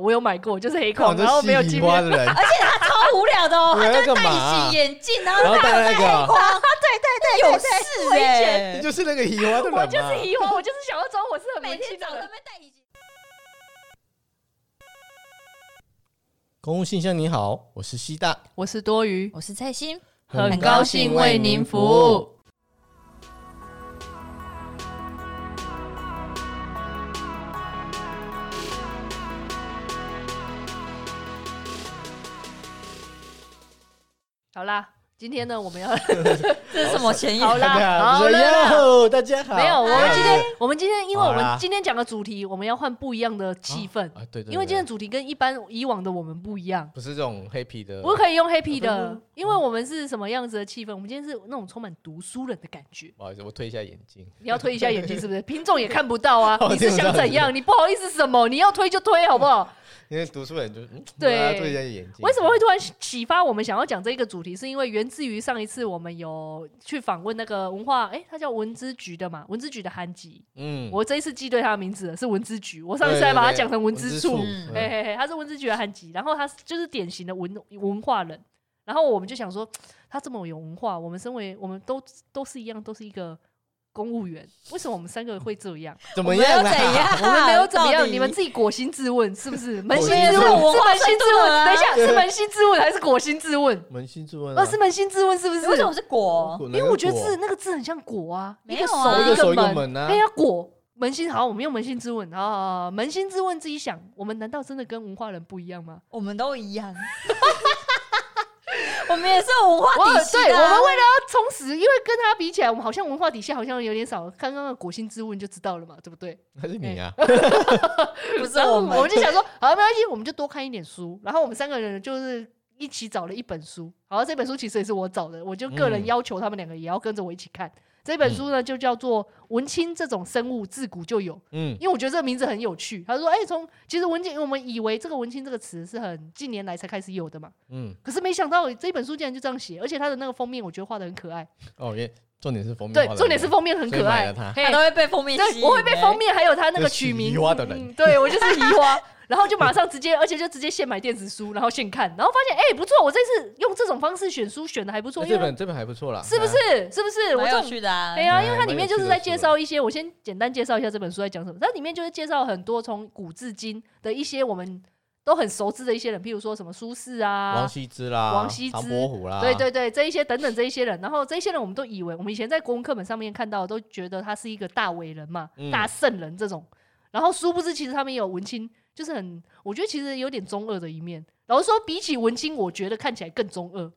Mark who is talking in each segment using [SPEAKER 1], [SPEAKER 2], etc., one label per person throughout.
[SPEAKER 1] 我有买过，就是黑
[SPEAKER 2] 看我
[SPEAKER 1] 框，
[SPEAKER 2] 哦
[SPEAKER 1] 哦
[SPEAKER 2] 这
[SPEAKER 1] 然后没有
[SPEAKER 2] 戏
[SPEAKER 1] 经
[SPEAKER 2] 花
[SPEAKER 1] 验。哎
[SPEAKER 2] 的人，
[SPEAKER 3] 而且他超无聊的哦，
[SPEAKER 2] 你
[SPEAKER 3] 他
[SPEAKER 2] 还
[SPEAKER 3] 就
[SPEAKER 2] 要
[SPEAKER 3] 戴
[SPEAKER 2] 干嘛
[SPEAKER 3] 隐形眼镜，然后
[SPEAKER 2] 啊然后
[SPEAKER 3] 戴
[SPEAKER 2] 戴那
[SPEAKER 3] 黑
[SPEAKER 2] 个，
[SPEAKER 3] 框，对对对，有事哎
[SPEAKER 2] 你， 就是那个移花的人嘛
[SPEAKER 1] 我就是移花，我就是想要装我是很
[SPEAKER 3] 每
[SPEAKER 1] 文
[SPEAKER 3] 天
[SPEAKER 1] 青
[SPEAKER 3] 早
[SPEAKER 1] 的
[SPEAKER 3] 上
[SPEAKER 1] 人。
[SPEAKER 3] 被戴隐形。
[SPEAKER 2] 公务信箱，你好，我是西大，
[SPEAKER 1] 我是多余，
[SPEAKER 3] 我是蔡心，
[SPEAKER 1] 很高兴为您服务。。好啦，今天呢，我们要
[SPEAKER 3] 这是什么前言？
[SPEAKER 1] 好 啦
[SPEAKER 2] 大家
[SPEAKER 1] 好
[SPEAKER 2] 好，我啊是
[SPEAKER 1] 了啦
[SPEAKER 2] 哟，大家 好。
[SPEAKER 1] 没有，我们今天
[SPEAKER 2] 哎
[SPEAKER 1] 我们今天，因为
[SPEAKER 2] 好
[SPEAKER 1] 我们
[SPEAKER 2] 啦
[SPEAKER 1] 今天讲的主题，我们要换不一样的气氛，
[SPEAKER 2] 啊，对对对，
[SPEAKER 1] 因为今天的主题跟一般以往的我们不一样。
[SPEAKER 2] 不是这种黑皮的，
[SPEAKER 1] 不可以用 happy
[SPEAKER 2] 不不
[SPEAKER 1] 的，因为我们是什么样子的气氛？我们今天是那种充满读书人的感觉。
[SPEAKER 2] 不好意思，我推一下眼镜。
[SPEAKER 1] 你要推一下眼镜是不 是？品种也看不到啊！
[SPEAKER 2] 哦
[SPEAKER 1] 你是想怎样？你不好意思什么？你要推就推好不好？
[SPEAKER 2] 因为读书人就嗯
[SPEAKER 1] 对
[SPEAKER 2] 大家推一下眼镜。
[SPEAKER 1] 为什么会突然启发我们想要讲这个主题？是因为源自于上一次我们有去访问那个文化，哎，他叫文资局的嘛，文资局的韩吉。
[SPEAKER 2] 嗯
[SPEAKER 1] 我这一次记对他的名字了，是文资局。我上一次还把他讲成文资处哎
[SPEAKER 2] 对，
[SPEAKER 3] 嗯
[SPEAKER 2] 对对
[SPEAKER 1] 嘿嘿嘿，他是文字局的韩籍，然后他是就是典型的文文化人。然后我们就想说，他这么有文化，我们身为我们都都是一样，都是一个公务员，为什么我们三个会这样？
[SPEAKER 2] 怎
[SPEAKER 3] 我
[SPEAKER 2] 么
[SPEAKER 3] 们要
[SPEAKER 2] 样啊啦
[SPEAKER 3] 怎样？
[SPEAKER 1] 我们没有怎么
[SPEAKER 3] 到
[SPEAKER 1] 样，
[SPEAKER 3] 底
[SPEAKER 1] 你们自己果心自问是不是？扪
[SPEAKER 2] 扪
[SPEAKER 1] 心
[SPEAKER 2] 心
[SPEAKER 1] 自
[SPEAKER 2] 自问
[SPEAKER 1] 问，是
[SPEAKER 3] 我
[SPEAKER 1] 扪
[SPEAKER 3] 发
[SPEAKER 1] 心自
[SPEAKER 3] 现对嗯
[SPEAKER 1] 问，
[SPEAKER 3] 啊
[SPEAKER 1] 等一下是扪心自问还是果心自问？
[SPEAKER 2] 扪心自问啊
[SPEAKER 1] 哦，是扪心自问是不是
[SPEAKER 3] 你？为什么是果？
[SPEAKER 2] 果
[SPEAKER 1] 因
[SPEAKER 2] 哪
[SPEAKER 1] 为
[SPEAKER 2] 个
[SPEAKER 1] 我觉得
[SPEAKER 2] 果
[SPEAKER 1] 字那个字很像果啊，
[SPEAKER 3] 没
[SPEAKER 1] 一个
[SPEAKER 3] 有啊
[SPEAKER 1] 手
[SPEAKER 3] 一个
[SPEAKER 2] 手一个
[SPEAKER 1] 门，
[SPEAKER 2] 门啊
[SPEAKER 1] 哎呀果。扪心好，我们用扪心自问啊，扪心自问自己想，我们难道真的跟文化人不一样吗？
[SPEAKER 3] 我们都一样， 我们也是有文
[SPEAKER 1] 我
[SPEAKER 3] 化底
[SPEAKER 1] 对
[SPEAKER 3] 线
[SPEAKER 1] 我
[SPEAKER 3] 的啊。
[SPEAKER 1] 们为了要充实，因为跟他比起来，我们好像文化底线好像有点少。刚刚的果心之问就知道了嘛，对不对？
[SPEAKER 2] 还是你
[SPEAKER 1] 哎
[SPEAKER 2] 啊？
[SPEAKER 3] 不是
[SPEAKER 1] 然后
[SPEAKER 2] ，Oh
[SPEAKER 3] 我
[SPEAKER 1] 我
[SPEAKER 3] 们，
[SPEAKER 1] 们就想说，好，没关系，我们就多看一点书。然后我们三个人就是一起找了一本书，然后这本书其实也是我找的，我就个人
[SPEAKER 2] 嗯
[SPEAKER 1] 要求他们两个也要跟着我一起看。这本书呢，就叫做《文青这种生物自古就有》，
[SPEAKER 2] 嗯，
[SPEAKER 1] 因为我觉得这个名字很有趣。他说：“哎、从其实文青，我们以为这个文青这个词是很近年来才开始有的嘛，
[SPEAKER 2] 嗯，
[SPEAKER 1] 可是没想到这本书竟然就这样写，而且它的那个封面我觉得画的很可爱。”
[SPEAKER 2] 哦，也重点是封面画
[SPEAKER 1] 对
[SPEAKER 2] 得很好，，
[SPEAKER 1] 重点是封面很可爱
[SPEAKER 2] 所以买了它，
[SPEAKER 1] 嘿
[SPEAKER 3] 他都会被封面吸
[SPEAKER 1] 对，
[SPEAKER 3] 引。
[SPEAKER 1] 我会被封面，还有他那个
[SPEAKER 2] 这是
[SPEAKER 1] 取名
[SPEAKER 2] 移花的人
[SPEAKER 1] 嗯对我就是移花， 然后就马上直接，而且就直接现买电子书，然后现看，然后发现哎、不错，我这次用这种方式选书选的还不错，
[SPEAKER 2] 哎
[SPEAKER 1] 因
[SPEAKER 2] 这
[SPEAKER 1] 为
[SPEAKER 2] 本这本还不错啦，
[SPEAKER 1] 是不
[SPEAKER 2] 哎呀？
[SPEAKER 1] 是是不是我
[SPEAKER 3] 蛮
[SPEAKER 1] 这
[SPEAKER 3] 有
[SPEAKER 1] 种
[SPEAKER 3] 趣的啊
[SPEAKER 1] 对。啊，
[SPEAKER 2] 哎
[SPEAKER 1] 因为它里面
[SPEAKER 2] 蛮有趣
[SPEAKER 1] 就
[SPEAKER 2] 的
[SPEAKER 1] 是在介绍一些，我先简单介绍一下这本书在讲什么。它里面就是介绍很多从古至今的一些我们都很熟知的一些人，譬如说什么苏轼啊、
[SPEAKER 2] 王羲之啦，
[SPEAKER 1] 王羲之
[SPEAKER 2] 唐伯虎啦，
[SPEAKER 1] 对对对，这一些等等这一些人，然后这一些人我们都以为，我们以前在国文课本上面看到，都觉得他是一个大伟人嘛，
[SPEAKER 2] 嗯
[SPEAKER 1] 大圣人这种。然后殊不知，其实他们也有文青，就是很，我觉得其实有点中二的一面。老实说，比起文青，我觉得看起来更中二。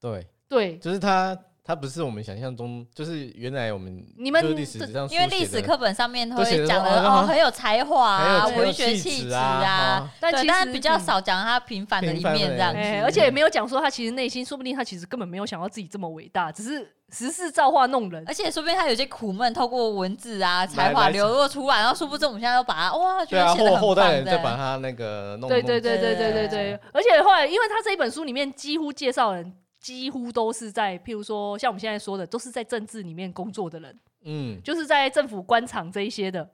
[SPEAKER 2] 对，
[SPEAKER 1] 对，
[SPEAKER 2] 就是他，他不是我们想象中，就是原来我们
[SPEAKER 1] 你们
[SPEAKER 2] 就是历史上
[SPEAKER 3] 因为
[SPEAKER 2] 书
[SPEAKER 3] 历
[SPEAKER 2] 写的
[SPEAKER 3] 史课本上面
[SPEAKER 2] 都写
[SPEAKER 3] 会
[SPEAKER 2] 得
[SPEAKER 3] 讲
[SPEAKER 2] 说
[SPEAKER 3] 的
[SPEAKER 2] 啊
[SPEAKER 3] 哦，
[SPEAKER 2] 啊
[SPEAKER 3] 很有才华啊、
[SPEAKER 2] 很有
[SPEAKER 3] 文学
[SPEAKER 2] 气
[SPEAKER 3] 质
[SPEAKER 2] 质啊
[SPEAKER 3] 啊
[SPEAKER 2] 啊，
[SPEAKER 1] 但
[SPEAKER 3] 对
[SPEAKER 1] 其
[SPEAKER 3] 但
[SPEAKER 1] 实
[SPEAKER 3] 比较
[SPEAKER 1] 嗯
[SPEAKER 3] 少讲他平凡的一
[SPEAKER 2] 平凡的
[SPEAKER 3] 面这样子。
[SPEAKER 1] 哎、
[SPEAKER 2] 是
[SPEAKER 1] 而且也没有讲说他其实内心，说不定他其实根本没有想到自己这么伟大，只是时势造化弄人。
[SPEAKER 3] 而且说不定他有些苦闷，透过文字啊才华
[SPEAKER 2] 来
[SPEAKER 3] 流落出来，然后殊不知我们现在都把它哇，觉
[SPEAKER 2] 对
[SPEAKER 3] 得
[SPEAKER 2] 啊，
[SPEAKER 3] 写
[SPEAKER 2] 后
[SPEAKER 3] 的很棒
[SPEAKER 2] 后代人
[SPEAKER 3] 这样
[SPEAKER 2] 再把他那个弄
[SPEAKER 1] 对对对对对对
[SPEAKER 3] 对
[SPEAKER 1] 对，而且后来，因为他这一本书里面几乎介绍人，几乎都是在，譬如说像我们现在说的，都是在政治里面工作的人，
[SPEAKER 2] 嗯，
[SPEAKER 1] 就是在政府官场这一些的。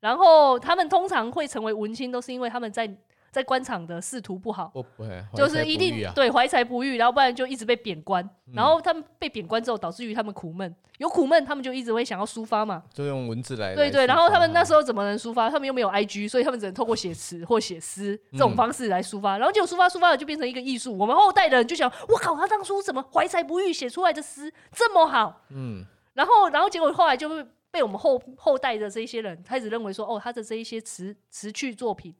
[SPEAKER 1] 然后他们通常会成为文青，都是因为他们在在官场的仕途不好，
[SPEAKER 2] 我不会，
[SPEAKER 1] 就是一定、
[SPEAKER 2] 怀才不遇啊，
[SPEAKER 1] 对怀才不遇，然后不然就一直被贬官，
[SPEAKER 2] 嗯
[SPEAKER 1] 然后他们被贬官之后，导致于他们苦闷，有苦闷他们就一直会想要抒发嘛，
[SPEAKER 2] 就用文字来啊
[SPEAKER 1] 对对，然后他们那时
[SPEAKER 2] 候
[SPEAKER 1] 候怎么能抒发？他们又没有 IG，所以他们只能透过写词或写诗这种
[SPEAKER 2] 嗯
[SPEAKER 1] 方式来抒发。然后结果抒发抒发了，就变成一个艺术。我们后代的人就想，我靠，他当初怎么怀才不遇写出来的诗这么好？
[SPEAKER 2] 嗯
[SPEAKER 1] 然后，然后结果后来就会被我们后后代的这一些人开始认为说，哦，他的这一些词词句作品、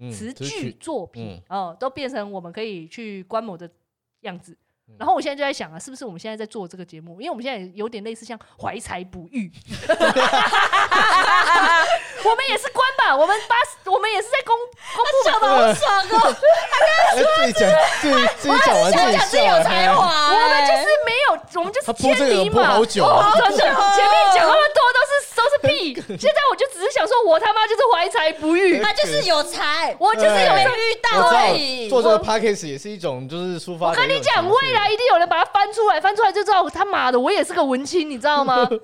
[SPEAKER 2] 嗯
[SPEAKER 1] 词
[SPEAKER 2] 只是
[SPEAKER 1] 句
[SPEAKER 2] 取
[SPEAKER 1] 作品
[SPEAKER 2] 嗯，
[SPEAKER 1] 哦、都变成我们可以去观摩的样子
[SPEAKER 2] 嗯。
[SPEAKER 1] 然后我现在就在想啊，是不是我们现在在做这个节目？因为我们现在有点类似像怀才不遇， 我们也是官吧，我们八十，我们也是在公公布
[SPEAKER 3] 笑
[SPEAKER 1] 吧。
[SPEAKER 3] 得好爽哦，
[SPEAKER 2] 哎自己讲自己自己讲完
[SPEAKER 3] 想讲
[SPEAKER 2] 自
[SPEAKER 3] 自
[SPEAKER 2] 己
[SPEAKER 3] 己
[SPEAKER 2] 笑
[SPEAKER 3] 有
[SPEAKER 2] 啊
[SPEAKER 3] 才，华，
[SPEAKER 1] 我们就是没有，我们就
[SPEAKER 2] 他
[SPEAKER 1] 是
[SPEAKER 2] 播这
[SPEAKER 1] 千里
[SPEAKER 2] 个播
[SPEAKER 1] 马，
[SPEAKER 2] 好久
[SPEAKER 1] 哦
[SPEAKER 2] 啊，
[SPEAKER 1] 真的，前面讲那么多都是都 是屁。现在我就只是想说，我他妈就是怀才不遇，
[SPEAKER 3] 他就是有才，
[SPEAKER 1] 我就是有
[SPEAKER 2] 对
[SPEAKER 3] 被
[SPEAKER 1] 这
[SPEAKER 3] 遇
[SPEAKER 2] 我
[SPEAKER 3] 到
[SPEAKER 2] 知道
[SPEAKER 3] 而已。
[SPEAKER 2] 做这个 podcast 也是一种就是抒发
[SPEAKER 1] 我
[SPEAKER 2] 的
[SPEAKER 1] 跟
[SPEAKER 2] 一种
[SPEAKER 1] 你
[SPEAKER 2] 形式。
[SPEAKER 1] 讲，未来一定有人把它翻出来，翻出 来就知道他妈的，我也是个文青，你知道吗？我跟你说，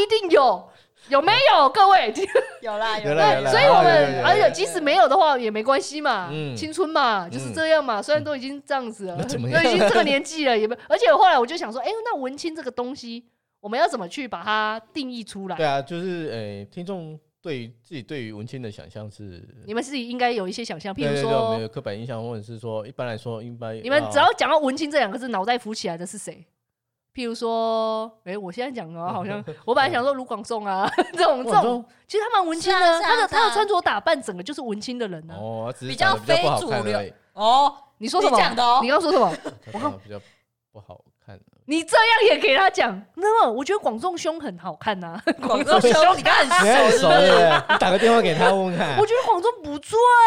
[SPEAKER 1] 一定有。有没 有各位？
[SPEAKER 3] 有啦
[SPEAKER 2] 有
[SPEAKER 3] 有
[SPEAKER 2] 啦
[SPEAKER 3] 啦，
[SPEAKER 2] 有啦，
[SPEAKER 1] 所以我
[SPEAKER 2] 有有有有
[SPEAKER 1] 们
[SPEAKER 2] 有
[SPEAKER 1] 而且即使没有的话也没关系嘛，
[SPEAKER 2] 嗯
[SPEAKER 1] 青春嘛就是这样嘛，虽然都已经这样子了，
[SPEAKER 2] 那
[SPEAKER 1] 都
[SPEAKER 2] 怎么
[SPEAKER 1] 已
[SPEAKER 2] 样
[SPEAKER 1] 经这个年纪了，也没。而且后来我就想说，哎、那文青这个东西，我们要怎么去把它定义出来？
[SPEAKER 2] 对啊，就是诶，听众对于自己对于文青的想象是，
[SPEAKER 1] 你们自己应该有一些想象，譬
[SPEAKER 2] 对
[SPEAKER 1] 如
[SPEAKER 2] 对对，我
[SPEAKER 1] 说
[SPEAKER 2] 们，有刻板印象，或者是说一般来说，应该
[SPEAKER 1] 你们只要讲到文青这两个字，脑袋浮起来的是谁？譬如说，哎、我现在讲 的话好像我本来想说卢广仲啊 这种这种
[SPEAKER 2] 广州，
[SPEAKER 1] 其实他蛮文青
[SPEAKER 3] 是啊
[SPEAKER 1] 的，
[SPEAKER 3] 是啊
[SPEAKER 1] 他的
[SPEAKER 3] 是啊
[SPEAKER 1] 他的穿着打扮整个就是文青的人呢。
[SPEAKER 2] 哦，只是
[SPEAKER 3] 比较
[SPEAKER 2] 长得比较不好
[SPEAKER 3] 非主
[SPEAKER 2] 看
[SPEAKER 3] 流
[SPEAKER 2] 而已，
[SPEAKER 3] 哦，
[SPEAKER 1] 你说什么？
[SPEAKER 3] 你讲的哦
[SPEAKER 1] 你刚刚说什么？
[SPEAKER 2] 他长得比较不好看。
[SPEAKER 1] 你这样也给他讲？那么我觉得广仲兄很好看啊 呐、
[SPEAKER 3] 广州兄，你看
[SPEAKER 2] 你很
[SPEAKER 3] 很
[SPEAKER 2] 熟
[SPEAKER 3] 熟，
[SPEAKER 2] 对不对？ 你打个电话给他问问看
[SPEAKER 1] 我。觉得广仲不错啊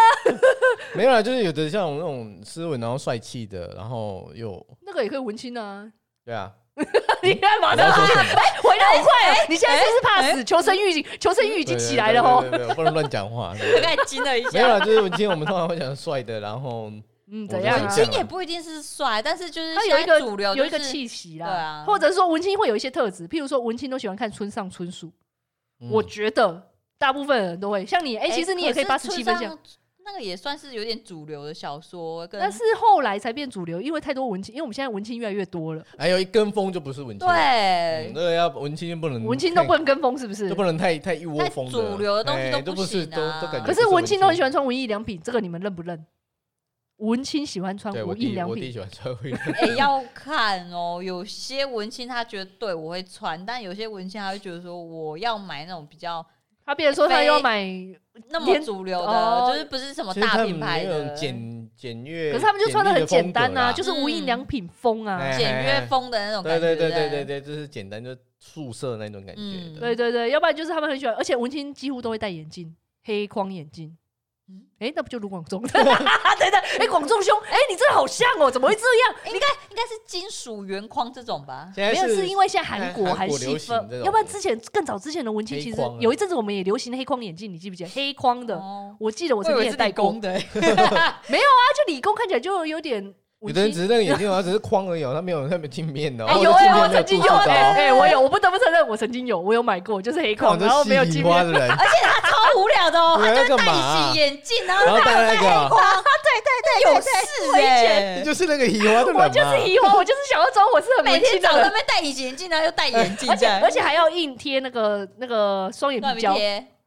[SPEAKER 2] 没有啦，就是有的像那种斯文，然后帅气的，然后又
[SPEAKER 1] 啊，那个也可以文青 啊。
[SPEAKER 2] 对啊，
[SPEAKER 1] 你看马
[SPEAKER 2] 我要
[SPEAKER 1] 上
[SPEAKER 2] 说什么？
[SPEAKER 1] 回答好快哦！你现在是不是怕
[SPEAKER 3] 哎
[SPEAKER 1] 死？求生欲已经求生欲已
[SPEAKER 2] 已
[SPEAKER 1] 经起来了哦。
[SPEAKER 2] 不能乱讲话。
[SPEAKER 3] 大概惊了一
[SPEAKER 2] 没有
[SPEAKER 3] 下。
[SPEAKER 2] 啦，就是今天我们通常会讲帅的，然后
[SPEAKER 1] 嗯，
[SPEAKER 2] 我
[SPEAKER 1] 怎
[SPEAKER 2] 就
[SPEAKER 1] 样
[SPEAKER 2] 是
[SPEAKER 1] 啊
[SPEAKER 3] 文？
[SPEAKER 2] 这样
[SPEAKER 3] 青也不一定是帅，但是就是
[SPEAKER 1] 他有一
[SPEAKER 3] 现在
[SPEAKER 1] 个
[SPEAKER 3] 主流
[SPEAKER 1] 有一个
[SPEAKER 3] 就是
[SPEAKER 1] 气息
[SPEAKER 3] 对
[SPEAKER 1] 啦
[SPEAKER 3] 啊，
[SPEAKER 1] 或者说文青会有一些特质，譬如说文青都喜欢看村上春树，
[SPEAKER 2] 嗯
[SPEAKER 1] 我觉得大部分人都会。像你，哎，其实你也可以
[SPEAKER 3] 是
[SPEAKER 1] 把十七分
[SPEAKER 3] 村
[SPEAKER 1] 享，
[SPEAKER 3] 上那个也算是有点主流的小说，跟
[SPEAKER 1] 但是后来才变主流，因为太多文青，因为我们现在文青越来越多了，
[SPEAKER 2] 还有一跟风就不是文青，嗯
[SPEAKER 3] 对
[SPEAKER 2] 那个要文青就不能
[SPEAKER 1] 文青都不能跟风，是不
[SPEAKER 2] 太
[SPEAKER 1] 是
[SPEAKER 2] 就？嗯不能太太一窝
[SPEAKER 3] 太
[SPEAKER 2] 蜂的
[SPEAKER 3] 主流的东西
[SPEAKER 2] 哎
[SPEAKER 3] 都
[SPEAKER 2] 都
[SPEAKER 3] 不
[SPEAKER 2] 不是
[SPEAKER 3] 行
[SPEAKER 2] 都
[SPEAKER 3] 啊
[SPEAKER 2] 都感觉
[SPEAKER 1] 可
[SPEAKER 2] 不
[SPEAKER 1] 是文青都很喜
[SPEAKER 2] 欢
[SPEAKER 1] 欢穿文艺良品，这个你们认不认？文青喜欢穿
[SPEAKER 2] 对我
[SPEAKER 1] 文艺
[SPEAKER 2] 弟
[SPEAKER 1] 良
[SPEAKER 2] 我弟
[SPEAKER 1] 品，
[SPEAKER 2] 喜欢穿文艺良品，
[SPEAKER 3] 哎、要看哦。有些文青他觉得对我会穿，但有些文青他会觉得说我要买那种比较
[SPEAKER 1] 他别人说他
[SPEAKER 3] 非
[SPEAKER 1] 要买，
[SPEAKER 3] 那么
[SPEAKER 1] 连
[SPEAKER 3] 主流的，
[SPEAKER 1] 哦
[SPEAKER 3] 就是不是什么
[SPEAKER 2] 其实
[SPEAKER 3] 大
[SPEAKER 2] 他
[SPEAKER 3] 品
[SPEAKER 2] 们
[SPEAKER 3] 牌
[SPEAKER 2] 那
[SPEAKER 3] 的
[SPEAKER 2] 种简简约，
[SPEAKER 1] 可是他们就穿
[SPEAKER 2] 的
[SPEAKER 1] 的很简单
[SPEAKER 2] 啊，
[SPEAKER 1] 啊，就是无印良品风啊。
[SPEAKER 2] 哎
[SPEAKER 3] 简约风的那种
[SPEAKER 2] 对
[SPEAKER 3] 感觉。
[SPEAKER 2] 对对
[SPEAKER 3] 不
[SPEAKER 2] 对对对，就是简单就宿舍那种感觉
[SPEAKER 3] 嗯
[SPEAKER 2] 的。
[SPEAKER 1] 对对对，要不然就是他们很喜欢，而且文青几乎都会戴眼镜，黑框眼镜。
[SPEAKER 3] 嗯
[SPEAKER 1] 哎、那不就卢广仲？ 对对，哎、广仲兄，哎、你真的好像哦，怎么会这样？
[SPEAKER 3] 应该是金属圆框这种吧。
[SPEAKER 2] 现在
[SPEAKER 1] 没有，是因为现在韩
[SPEAKER 2] 现
[SPEAKER 1] 国
[SPEAKER 2] 哎在韩
[SPEAKER 1] 韩
[SPEAKER 2] 国
[SPEAKER 1] 系
[SPEAKER 2] 流行这
[SPEAKER 1] 风，
[SPEAKER 2] 种
[SPEAKER 1] 要不然之前更早之前的文青，
[SPEAKER 2] 黑
[SPEAKER 1] 其实
[SPEAKER 2] 框啊
[SPEAKER 1] 有一阵子我们也流行黑框眼镜，你记不记得？黑框的，
[SPEAKER 3] 哦，
[SPEAKER 1] 我记得我
[SPEAKER 3] 我
[SPEAKER 1] 曾
[SPEAKER 3] 以
[SPEAKER 1] 经
[SPEAKER 3] 为
[SPEAKER 1] 也
[SPEAKER 3] 是
[SPEAKER 1] 戴
[SPEAKER 3] 代
[SPEAKER 1] 过。
[SPEAKER 3] 工的、
[SPEAKER 1] 啊，就理工看起来就有点
[SPEAKER 2] 有
[SPEAKER 1] 文
[SPEAKER 2] 的人
[SPEAKER 1] 青
[SPEAKER 2] 只。是那个眼镜，它只是框而已哦，它没有那么镜面的哦。
[SPEAKER 1] 哎、
[SPEAKER 2] 或者
[SPEAKER 1] 有
[SPEAKER 2] 镜
[SPEAKER 1] 哎、
[SPEAKER 2] 面
[SPEAKER 1] 我
[SPEAKER 2] 没有
[SPEAKER 1] 曾经
[SPEAKER 2] 故事
[SPEAKER 1] 有
[SPEAKER 2] 的哦
[SPEAKER 1] 哎哎、我有，我不得不承认，我曾经有，我有买过，就是黑
[SPEAKER 2] 看我
[SPEAKER 1] 框，
[SPEAKER 2] 这
[SPEAKER 1] 然后没有
[SPEAKER 2] 稀里
[SPEAKER 1] 镜
[SPEAKER 2] 哗啦
[SPEAKER 1] 面，
[SPEAKER 2] 的人，
[SPEAKER 3] 而且他超无聊的哦，
[SPEAKER 2] 对啊
[SPEAKER 3] 他就
[SPEAKER 2] 要干
[SPEAKER 3] 戴
[SPEAKER 2] 嘛
[SPEAKER 3] 隐
[SPEAKER 2] 啊
[SPEAKER 3] 形眼镜，然后
[SPEAKER 2] 然后戴那个，
[SPEAKER 3] 戴有事
[SPEAKER 1] 对
[SPEAKER 3] 哎、
[SPEAKER 2] 你就是那个移花的人嘛。
[SPEAKER 1] 我就是移花，我就是想要装我是很
[SPEAKER 3] 每
[SPEAKER 1] 文青
[SPEAKER 3] 天
[SPEAKER 1] 的
[SPEAKER 3] 早
[SPEAKER 1] 人
[SPEAKER 3] 上。边戴隐形眼镜，然后又戴眼镜
[SPEAKER 1] 而
[SPEAKER 3] 这
[SPEAKER 1] 且
[SPEAKER 3] 样，
[SPEAKER 1] 而且还要硬贴那个那个双眼
[SPEAKER 3] 双
[SPEAKER 1] 皮
[SPEAKER 3] 眼
[SPEAKER 1] 胶，
[SPEAKER 3] 皮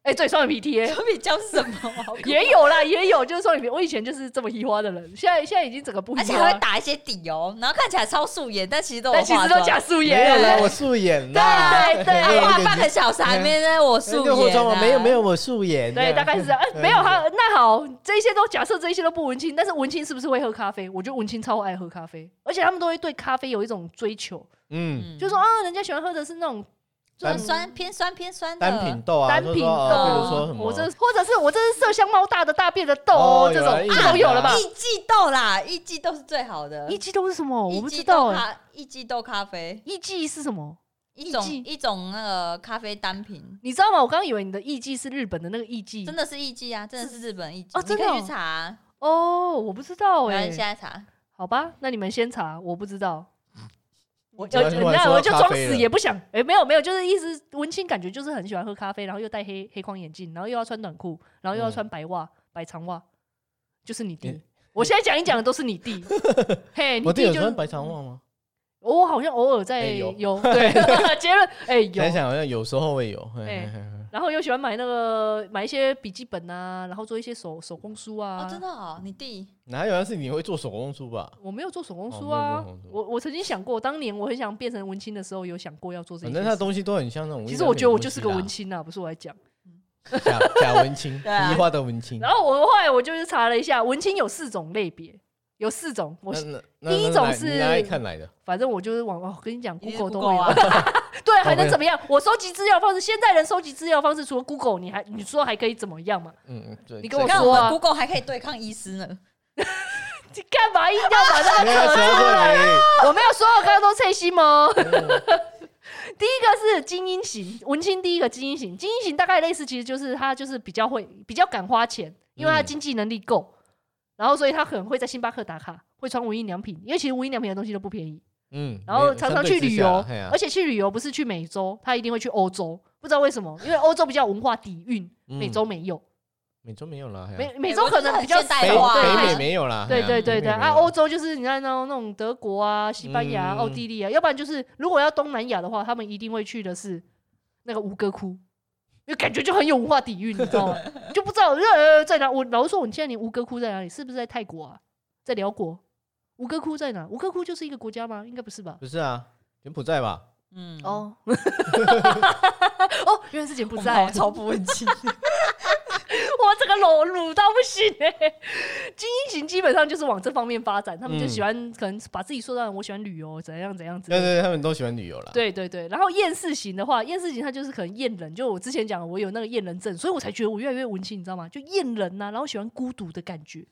[SPEAKER 1] 哎、
[SPEAKER 3] 贴，
[SPEAKER 1] 对，双眼皮 贴
[SPEAKER 3] 双眼皮胶是什么？好可怕
[SPEAKER 1] 也有啦，也有，就是双眼皮。我以前就是这么移花的人，现在现在已经整个不移
[SPEAKER 3] 而且
[SPEAKER 1] 花
[SPEAKER 3] 还
[SPEAKER 1] 了
[SPEAKER 3] 会，打一些底哦，然后看起来超素颜，但其实都有
[SPEAKER 1] 但其
[SPEAKER 3] 化
[SPEAKER 1] 实都
[SPEAKER 3] 妆。
[SPEAKER 1] 假素
[SPEAKER 2] 没有啦，
[SPEAKER 1] 颜。
[SPEAKER 2] 我素颜
[SPEAKER 3] 对
[SPEAKER 2] 啦。
[SPEAKER 3] 啊对对，
[SPEAKER 2] 没有
[SPEAKER 3] 啊
[SPEAKER 2] 一
[SPEAKER 3] 画
[SPEAKER 2] 个
[SPEAKER 3] 半个小时还没呢，我素
[SPEAKER 2] 那个化
[SPEAKER 3] 颜
[SPEAKER 2] 妆
[SPEAKER 3] 啊
[SPEAKER 2] 吗？没有没有，我素颜。
[SPEAKER 1] 对，大概是这样。哎、
[SPEAKER 2] 对啊嗯
[SPEAKER 1] 没有他，那好，这些都假设这些都不文青，但是文青是不是会喝咖啡？我觉得文青超爱喝咖啡，而且他们都会对咖啡有一种追求，
[SPEAKER 2] 嗯，
[SPEAKER 3] 嗯，
[SPEAKER 1] 就是说啊，人家喜欢喝的是那种嗯
[SPEAKER 2] 单
[SPEAKER 3] 很酸偏酸偏酸的
[SPEAKER 2] 单品豆啊，
[SPEAKER 1] 单
[SPEAKER 2] 就是
[SPEAKER 1] 品
[SPEAKER 2] 说
[SPEAKER 1] 豆，
[SPEAKER 2] 啊比如说什么，
[SPEAKER 1] 我这或者是我这是麝香猫大的大便的豆哦，
[SPEAKER 2] 哦
[SPEAKER 1] 这
[SPEAKER 2] 有
[SPEAKER 1] 种
[SPEAKER 2] 啦
[SPEAKER 1] 这种有了吧？
[SPEAKER 3] 益季豆啦，益季豆是最好的。
[SPEAKER 1] 一季豆是什么？我不
[SPEAKER 3] 益
[SPEAKER 1] 知
[SPEAKER 3] 季
[SPEAKER 1] 道
[SPEAKER 3] 豆
[SPEAKER 1] 哎、
[SPEAKER 3] 咖，益季豆咖啡，
[SPEAKER 1] 一季是什么？
[SPEAKER 3] 一种
[SPEAKER 1] 益季
[SPEAKER 3] 一种那个咖啡单品，
[SPEAKER 1] 你知道吗？我刚刚以为你的艺妓是日本的那个艺妓
[SPEAKER 3] 真的是益季啊，真的是日本益季
[SPEAKER 1] 哦，
[SPEAKER 3] 你
[SPEAKER 1] 真
[SPEAKER 3] 可
[SPEAKER 1] 的哦
[SPEAKER 3] 以去查啊，
[SPEAKER 1] 哦，我不知道
[SPEAKER 3] 然后
[SPEAKER 1] 哎、
[SPEAKER 3] 你现在查。
[SPEAKER 1] 好吧，那你们先查，我不知道。
[SPEAKER 3] 我
[SPEAKER 1] 呃
[SPEAKER 2] 突然突然
[SPEAKER 1] 那
[SPEAKER 2] 说
[SPEAKER 1] 我就
[SPEAKER 2] 咖
[SPEAKER 1] 装
[SPEAKER 2] 啡
[SPEAKER 1] 死
[SPEAKER 2] 了
[SPEAKER 1] 也不想。哎、没有没有，就是意思文青感觉就是很喜欢喝咖啡，然后又戴黑黑框眼镜，然后又要穿短裤，然后又要
[SPEAKER 2] 嗯
[SPEAKER 1] 穿白袜、白长袜，就是你弟
[SPEAKER 2] 嗯。
[SPEAKER 1] 我现在讲一讲的都是你 弟，嘿，你
[SPEAKER 2] 我弟有
[SPEAKER 1] 就
[SPEAKER 2] 穿白长袜吗？
[SPEAKER 1] 我好像偶尔在
[SPEAKER 2] 哎有
[SPEAKER 1] 有 对结论哎有
[SPEAKER 2] 想，想好像有时候会有，嘿
[SPEAKER 1] 哎
[SPEAKER 2] 嘿嘿嘿
[SPEAKER 1] 然后又喜欢买那个买一些笔记本啊，然后做一些手手工书啊，
[SPEAKER 3] 哦，真的哦，你弟
[SPEAKER 2] 哪有像是你会做手工书吧？
[SPEAKER 1] 我没有做手工
[SPEAKER 2] 哦
[SPEAKER 1] 书
[SPEAKER 2] 没有
[SPEAKER 1] 啊
[SPEAKER 2] 做手工，书
[SPEAKER 1] 我我曾经想过，当年我很想变成文青的时候，有想过要做这
[SPEAKER 2] 反
[SPEAKER 1] 些。
[SPEAKER 2] 正他的东西都很像那种。
[SPEAKER 1] 其实我觉得我就是个文，青啊，不是我来讲。
[SPEAKER 2] 嗯假假 文青，
[SPEAKER 3] 对啊
[SPEAKER 2] 移花的文青。
[SPEAKER 1] 然后我后来我就是查了一下，文青有四种类别，有四种。我
[SPEAKER 2] 那那
[SPEAKER 1] 第一
[SPEAKER 2] 那
[SPEAKER 1] 种
[SPEAKER 2] 哪
[SPEAKER 1] 是
[SPEAKER 2] 你哪里看来的？
[SPEAKER 1] 反正我就是网哦，跟你讲
[SPEAKER 3] 一定是
[SPEAKER 1] ，Google 都会
[SPEAKER 3] Google 啊
[SPEAKER 1] 有。 对，还能
[SPEAKER 2] OK
[SPEAKER 1] 怎么样？我收集资料方式，现代人收集资料方式，除了 Google，你还你说还可以怎么样嘛？
[SPEAKER 2] 嗯，嗯对
[SPEAKER 1] 你跟我
[SPEAKER 3] 你
[SPEAKER 2] 这
[SPEAKER 3] 看
[SPEAKER 2] 个
[SPEAKER 1] 说
[SPEAKER 3] 我
[SPEAKER 1] 啊
[SPEAKER 3] 们 Google 还可以对抗医师呢。
[SPEAKER 1] 你干嘛一定要把这 个
[SPEAKER 2] 没有
[SPEAKER 1] 扯
[SPEAKER 2] 扯
[SPEAKER 1] 出
[SPEAKER 2] 到
[SPEAKER 1] 来？
[SPEAKER 2] 这里
[SPEAKER 1] 我没有说，我刚刚都脆心哦吗？
[SPEAKER 2] 嗯
[SPEAKER 1] 第一个是精英型，文青第一个精英型，精英型大概类似，其实就是他就是比较会比较敢花钱，因为他经济能力够，然后所以他可能会在星巴克打卡，会穿无印良品，因为其实无印良品的东西都不便宜，
[SPEAKER 2] 嗯，
[SPEAKER 1] 然后
[SPEAKER 2] 没
[SPEAKER 1] 常
[SPEAKER 2] 相
[SPEAKER 1] 常去
[SPEAKER 2] 对之
[SPEAKER 1] 旅
[SPEAKER 2] 下
[SPEAKER 1] 游
[SPEAKER 2] 嘿啊，
[SPEAKER 1] 而且去旅游不是去美洲，他一定会去欧洲。不知道为什么，因为欧洲比较有文化底蕴，美
[SPEAKER 2] 嗯
[SPEAKER 1] 洲没有，
[SPEAKER 2] 美洲没有啦，嘿啊
[SPEAKER 1] 美美
[SPEAKER 3] 美
[SPEAKER 1] 洲
[SPEAKER 3] 国
[SPEAKER 1] 可
[SPEAKER 3] 就是
[SPEAKER 1] 能
[SPEAKER 3] 很
[SPEAKER 1] 比较
[SPEAKER 3] 现
[SPEAKER 1] 少
[SPEAKER 3] 代
[SPEAKER 2] 北
[SPEAKER 3] 化
[SPEAKER 1] 哎对
[SPEAKER 2] 北
[SPEAKER 1] 太
[SPEAKER 2] 美没有啦，
[SPEAKER 1] 对
[SPEAKER 2] 嘿啊
[SPEAKER 1] 对对对啊，欧
[SPEAKER 2] 欧
[SPEAKER 1] 洲就是你看那种那种德国啊、西班牙、
[SPEAKER 2] 嗯
[SPEAKER 1] 奥地利啊，要不然就是如果要东南亚的话，他们一定会去的是那个吴哥窟，因为感觉就很有文化底蕴，你知道吗？ 就不知道呃在哪。我老实说，我现在连吴哥窟在哪里？是不是在泰国啊？在辽国？吴哥窟在哪？吴哥窟就是一个国家吗？应该不是吧？
[SPEAKER 2] 不是啊，柬埔寨吧？
[SPEAKER 3] 嗯，
[SPEAKER 1] 哦， 哦，原来是柬埔
[SPEAKER 3] 我们
[SPEAKER 1] 寨
[SPEAKER 3] 好，超不文 静。
[SPEAKER 1] 我这个裸乳到不行哎、精英型基本上就是往这方面发展，他们就
[SPEAKER 2] 嗯
[SPEAKER 1] 喜欢、可能把自己说到我喜欢旅游，怎样怎样之类
[SPEAKER 2] 对
[SPEAKER 1] 的。
[SPEAKER 2] 对，对他们都喜欢旅游啦。
[SPEAKER 1] 对对对，然后厌世型的话，厌世型他就是可能厌人，就我之前讲的我有那个厌人症，所以我才觉得我越来越文青，你知道吗？就厌人呐、啊然后喜欢孤独的感觉，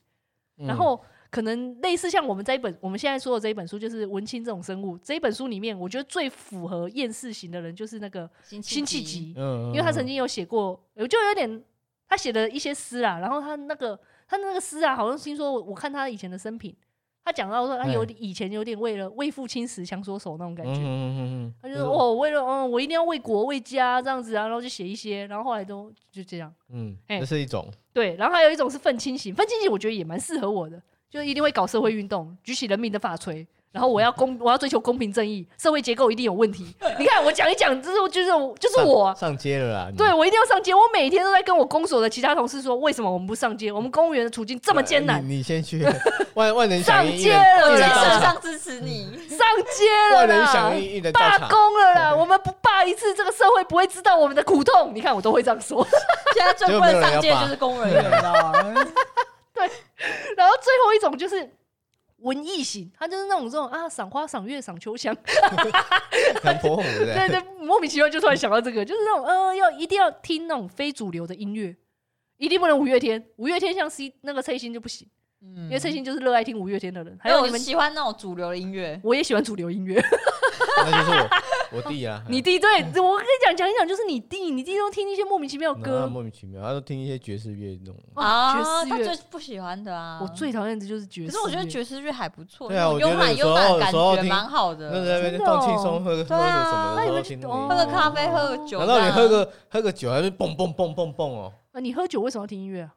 [SPEAKER 2] 嗯，
[SPEAKER 1] 然后可能类似像我们这一本我们现在说的这一本书，就是《文青这种生物》这一本书里面，我觉得最符合厌世型的人就是那个
[SPEAKER 3] 辛
[SPEAKER 1] 辛弃
[SPEAKER 3] 弃
[SPEAKER 1] 疾，
[SPEAKER 2] 嗯，嗯，
[SPEAKER 1] 因为他曾
[SPEAKER 2] 经
[SPEAKER 1] 经有写过，我就有点他写的一些诗啦，然后他那个他那个诗啊，好像听说我我看他以前的生平，他讲到说他有
[SPEAKER 2] 哎
[SPEAKER 1] 点以前有点为了为父亲死强说手那种感
[SPEAKER 2] 嗯
[SPEAKER 1] 觉，
[SPEAKER 2] 嗯嗯嗯，
[SPEAKER 1] 他就说哦为了嗯我一定要为国为家这样子啊，然后就写一些，然后后来都就这样。
[SPEAKER 2] 嗯，
[SPEAKER 1] 哎
[SPEAKER 2] 这是一种，
[SPEAKER 1] 对，然后还有一种是愤青型，愤青型我觉得也蛮适合我的，就一定会搞社会运动，举起人民的法锤。然后我要公，我要追求公平正义，社会结构一定有问题。你看我讲一讲，就是就是我就是
[SPEAKER 2] 上
[SPEAKER 1] 我啊，
[SPEAKER 2] 上街了啦，你哎
[SPEAKER 1] 对，我一定要上街。我每天都在跟我公所的其他同事说，为什么我们不上街？我们公务员的处境这么艰难，
[SPEAKER 2] 你你 先去万万人
[SPEAKER 1] 上
[SPEAKER 2] 响应，一
[SPEAKER 1] 街
[SPEAKER 2] 人
[SPEAKER 1] 了
[SPEAKER 2] 一
[SPEAKER 1] 对
[SPEAKER 2] 人
[SPEAKER 1] 啦
[SPEAKER 2] 到
[SPEAKER 3] 社
[SPEAKER 2] 场，
[SPEAKER 3] 上支 持你，
[SPEAKER 1] 上街了
[SPEAKER 2] 万人响
[SPEAKER 1] 啦，
[SPEAKER 2] 应，一人到
[SPEAKER 1] 罢
[SPEAKER 2] 场。
[SPEAKER 1] 工了啦。我们不罢一次，这个社会不会知道我们的苦痛。你看，我都会这样 说。
[SPEAKER 3] 现在最不能上街的就是公务人
[SPEAKER 1] 啊
[SPEAKER 3] 员，你知道
[SPEAKER 2] 嗯
[SPEAKER 3] 吗？
[SPEAKER 1] 然后最后一种就是文艺型，他就是那种这种啊，赏花、赏月、赏秋香，
[SPEAKER 2] 杨伯虎对不
[SPEAKER 1] 对
[SPEAKER 2] 对？
[SPEAKER 1] 对，莫名其妙就突然想到这个，就是那种呃，要一定要听那种非主流的音乐，一定不能五月天。五月天像 C 那个蔡依兴就不行，
[SPEAKER 3] 嗯
[SPEAKER 1] 因为蔡依兴就是热爱听五月天的人。还
[SPEAKER 3] 还有
[SPEAKER 1] 有你
[SPEAKER 3] 我
[SPEAKER 1] 们，
[SPEAKER 3] 喜欢那种主流的音 乐，
[SPEAKER 1] 我也喜欢主流音乐。
[SPEAKER 2] 那就是我我弟 啊，
[SPEAKER 1] 你弟对我跟你讲讲一讲，就是你弟，你弟都听一些莫名其妙的
[SPEAKER 2] 嗯他
[SPEAKER 1] 歌。
[SPEAKER 2] 莫名其妙，他都听一些爵士乐那种。
[SPEAKER 1] 啊
[SPEAKER 3] 啊，
[SPEAKER 1] 爵
[SPEAKER 3] 他
[SPEAKER 1] 士乐
[SPEAKER 3] 最不喜欢的啊。
[SPEAKER 1] 我最讨厌的就是爵
[SPEAKER 3] 可
[SPEAKER 1] 士乐。
[SPEAKER 3] 是我觉得爵士乐还不错，
[SPEAKER 2] 对啊我觉
[SPEAKER 3] 慵
[SPEAKER 2] 得
[SPEAKER 3] 懒慵
[SPEAKER 2] 有时
[SPEAKER 3] 懒
[SPEAKER 2] 候
[SPEAKER 3] 的感
[SPEAKER 2] 有时候
[SPEAKER 3] 觉
[SPEAKER 2] 听
[SPEAKER 3] 蛮好
[SPEAKER 2] 那
[SPEAKER 3] 的，
[SPEAKER 2] 在那
[SPEAKER 1] 真
[SPEAKER 2] 边
[SPEAKER 1] 的
[SPEAKER 2] 放轻
[SPEAKER 1] 哦
[SPEAKER 2] 松，喝个喝
[SPEAKER 3] 对
[SPEAKER 2] 个
[SPEAKER 3] 啊
[SPEAKER 2] 什么
[SPEAKER 1] 那
[SPEAKER 2] 的
[SPEAKER 1] 你
[SPEAKER 2] 时候
[SPEAKER 1] 们
[SPEAKER 2] 听
[SPEAKER 1] 就
[SPEAKER 2] 那个
[SPEAKER 1] 哦
[SPEAKER 3] 喝个咖啡，喝个酒，
[SPEAKER 2] 难道你喝？个喝个酒还是蹦蹦蹦蹦蹦哦？
[SPEAKER 1] 啊，你喝酒为什么要听音乐啊？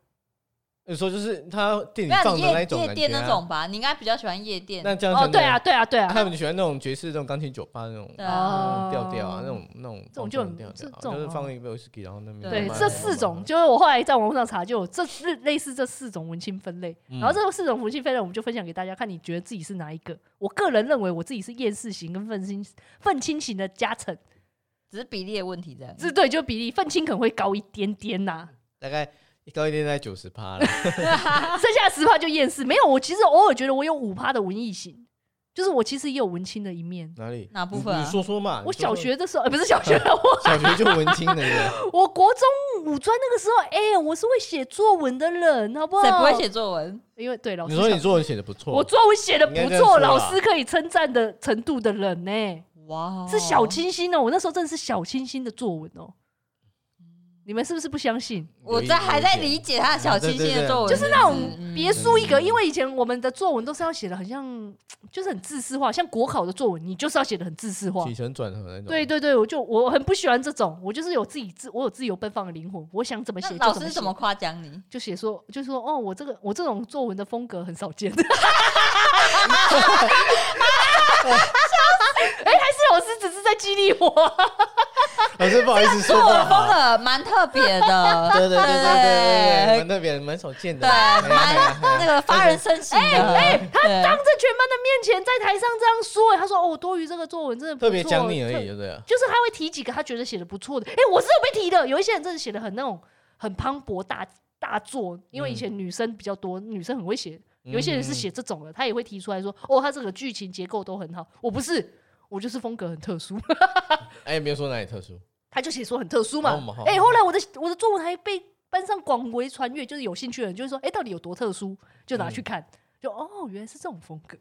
[SPEAKER 2] 你说就是他店里
[SPEAKER 3] 没有啊
[SPEAKER 2] 放
[SPEAKER 3] 你
[SPEAKER 2] 的那
[SPEAKER 3] 夜
[SPEAKER 2] 一种
[SPEAKER 3] 夜
[SPEAKER 2] 感
[SPEAKER 3] 店
[SPEAKER 2] 觉
[SPEAKER 3] 那
[SPEAKER 2] 啊。
[SPEAKER 3] 种吧？你应该比较喜欢夜店。
[SPEAKER 2] 那这样
[SPEAKER 1] 哦，
[SPEAKER 2] 相对
[SPEAKER 1] 对啊，，对啊，对啊，
[SPEAKER 2] 他们喜欢那种爵士、这种钢琴酒吧那种
[SPEAKER 3] 对
[SPEAKER 1] 啊
[SPEAKER 2] 嗯调调啊，那种那种
[SPEAKER 1] 哦这种就很
[SPEAKER 2] 放松的
[SPEAKER 1] 这这
[SPEAKER 2] 调调，
[SPEAKER 1] 种
[SPEAKER 2] 就是
[SPEAKER 1] 哦
[SPEAKER 2] 放一杯威士忌，然后那边
[SPEAKER 1] 对，
[SPEAKER 2] 慢慢
[SPEAKER 1] 这
[SPEAKER 2] 慢
[SPEAKER 1] 四
[SPEAKER 2] 慢
[SPEAKER 1] 种就是我后来在网络上查，就有这四类似这四种文青分类。
[SPEAKER 2] 嗯
[SPEAKER 1] 然后这四种文青分类，我们就分享给大家，看你觉得自己是哪一个。我个人认为我自己是厌世型跟愤青愤青型的加成，
[SPEAKER 2] 嗯
[SPEAKER 3] 只是比例的问题这样。
[SPEAKER 1] 这对就比例愤青可能会高一点点呐、
[SPEAKER 2] 大概高一点在九十趴 了。
[SPEAKER 1] 剩下十趴就厌世。没有，我其实偶尔觉得我有五趴的文艺型，就是我其实也有文青的一面。
[SPEAKER 2] 哪里？
[SPEAKER 3] 哪部
[SPEAKER 2] 你
[SPEAKER 3] 分啊
[SPEAKER 2] 你说说嘛。
[SPEAKER 1] 我
[SPEAKER 2] 你说
[SPEAKER 1] 小
[SPEAKER 2] 说
[SPEAKER 1] 学的时候，呃，不是小学，我
[SPEAKER 2] 小学就文青了 耶，
[SPEAKER 1] 我国中五专那个时候，哎、我是会写作文的人，好不好？
[SPEAKER 3] 谁不会？写作文？
[SPEAKER 1] 因为对老师
[SPEAKER 2] 你说你
[SPEAKER 1] 常
[SPEAKER 2] 作文写的不错，
[SPEAKER 1] 我作文写的
[SPEAKER 2] 应该
[SPEAKER 1] 不
[SPEAKER 2] 这样说
[SPEAKER 1] 错，
[SPEAKER 2] 啦
[SPEAKER 1] 老师可以称赞的程度的人呢、
[SPEAKER 3] 哇，
[SPEAKER 1] 是小清新哦、我那时候真的是小清新的作文哦、你们是不是不相信？
[SPEAKER 3] 我在还在理解他的小清
[SPEAKER 2] 啊
[SPEAKER 3] 新的作文，
[SPEAKER 1] 就是那种
[SPEAKER 3] 嗯
[SPEAKER 1] 别输一格，
[SPEAKER 2] 嗯
[SPEAKER 1] 因为以前我们的作文都是要写的很像，就是很字式化，像国考的作文，你就是要写的很字式化
[SPEAKER 2] 起。承转合那种。
[SPEAKER 1] 对对对，我就我很不喜欢这种，我就是有自己自我 有自由奔放的灵魂，我想怎么写
[SPEAKER 3] 那
[SPEAKER 1] 就
[SPEAKER 3] 老
[SPEAKER 1] 怎
[SPEAKER 3] 师
[SPEAKER 1] 么写
[SPEAKER 3] 怎。么夸奖你？
[SPEAKER 1] 就写说，就说哦，我这个我这种作文的风格很少 见。哎、还是老师只是在激励 我。
[SPEAKER 2] 老啊师不好意思说
[SPEAKER 3] 作
[SPEAKER 2] 话
[SPEAKER 3] 文风
[SPEAKER 2] 好。
[SPEAKER 3] 格蛮特别的，
[SPEAKER 2] 对对对对对对，
[SPEAKER 3] 对
[SPEAKER 2] 蛮特别，蛮少见的。
[SPEAKER 3] 对，
[SPEAKER 2] 哎呀哎
[SPEAKER 3] 蛮
[SPEAKER 2] 呀
[SPEAKER 3] 那个发人深省的。哎，
[SPEAKER 1] 当
[SPEAKER 3] 他
[SPEAKER 1] 着全班的面前，在台上这样说、哎，他说哦，我多余这个作文真的不
[SPEAKER 2] 特别
[SPEAKER 1] 错
[SPEAKER 2] 讲你而
[SPEAKER 1] 特
[SPEAKER 2] 已，就对了。
[SPEAKER 1] 就是他会提几个他觉得写的不错的。哎、我是有被提的，有一些人真的写的很那种很磅礴大大作，因为以前女生比较多，女生很会写，有一些人是写这种的，他也会提出来说，哦，他这个剧情结构都很好。我不是，我就是风格很特殊。
[SPEAKER 2] 哎，也没有说哪里特殊，
[SPEAKER 1] 他就写说很特殊嘛
[SPEAKER 2] 哦嘛。
[SPEAKER 1] 哎、
[SPEAKER 2] 哦
[SPEAKER 1] 后来我的我的作文还被班上广为传阅，就是有兴趣的人就会说，哎、到底有多特殊，就拿去看，就哦，原来是这种风格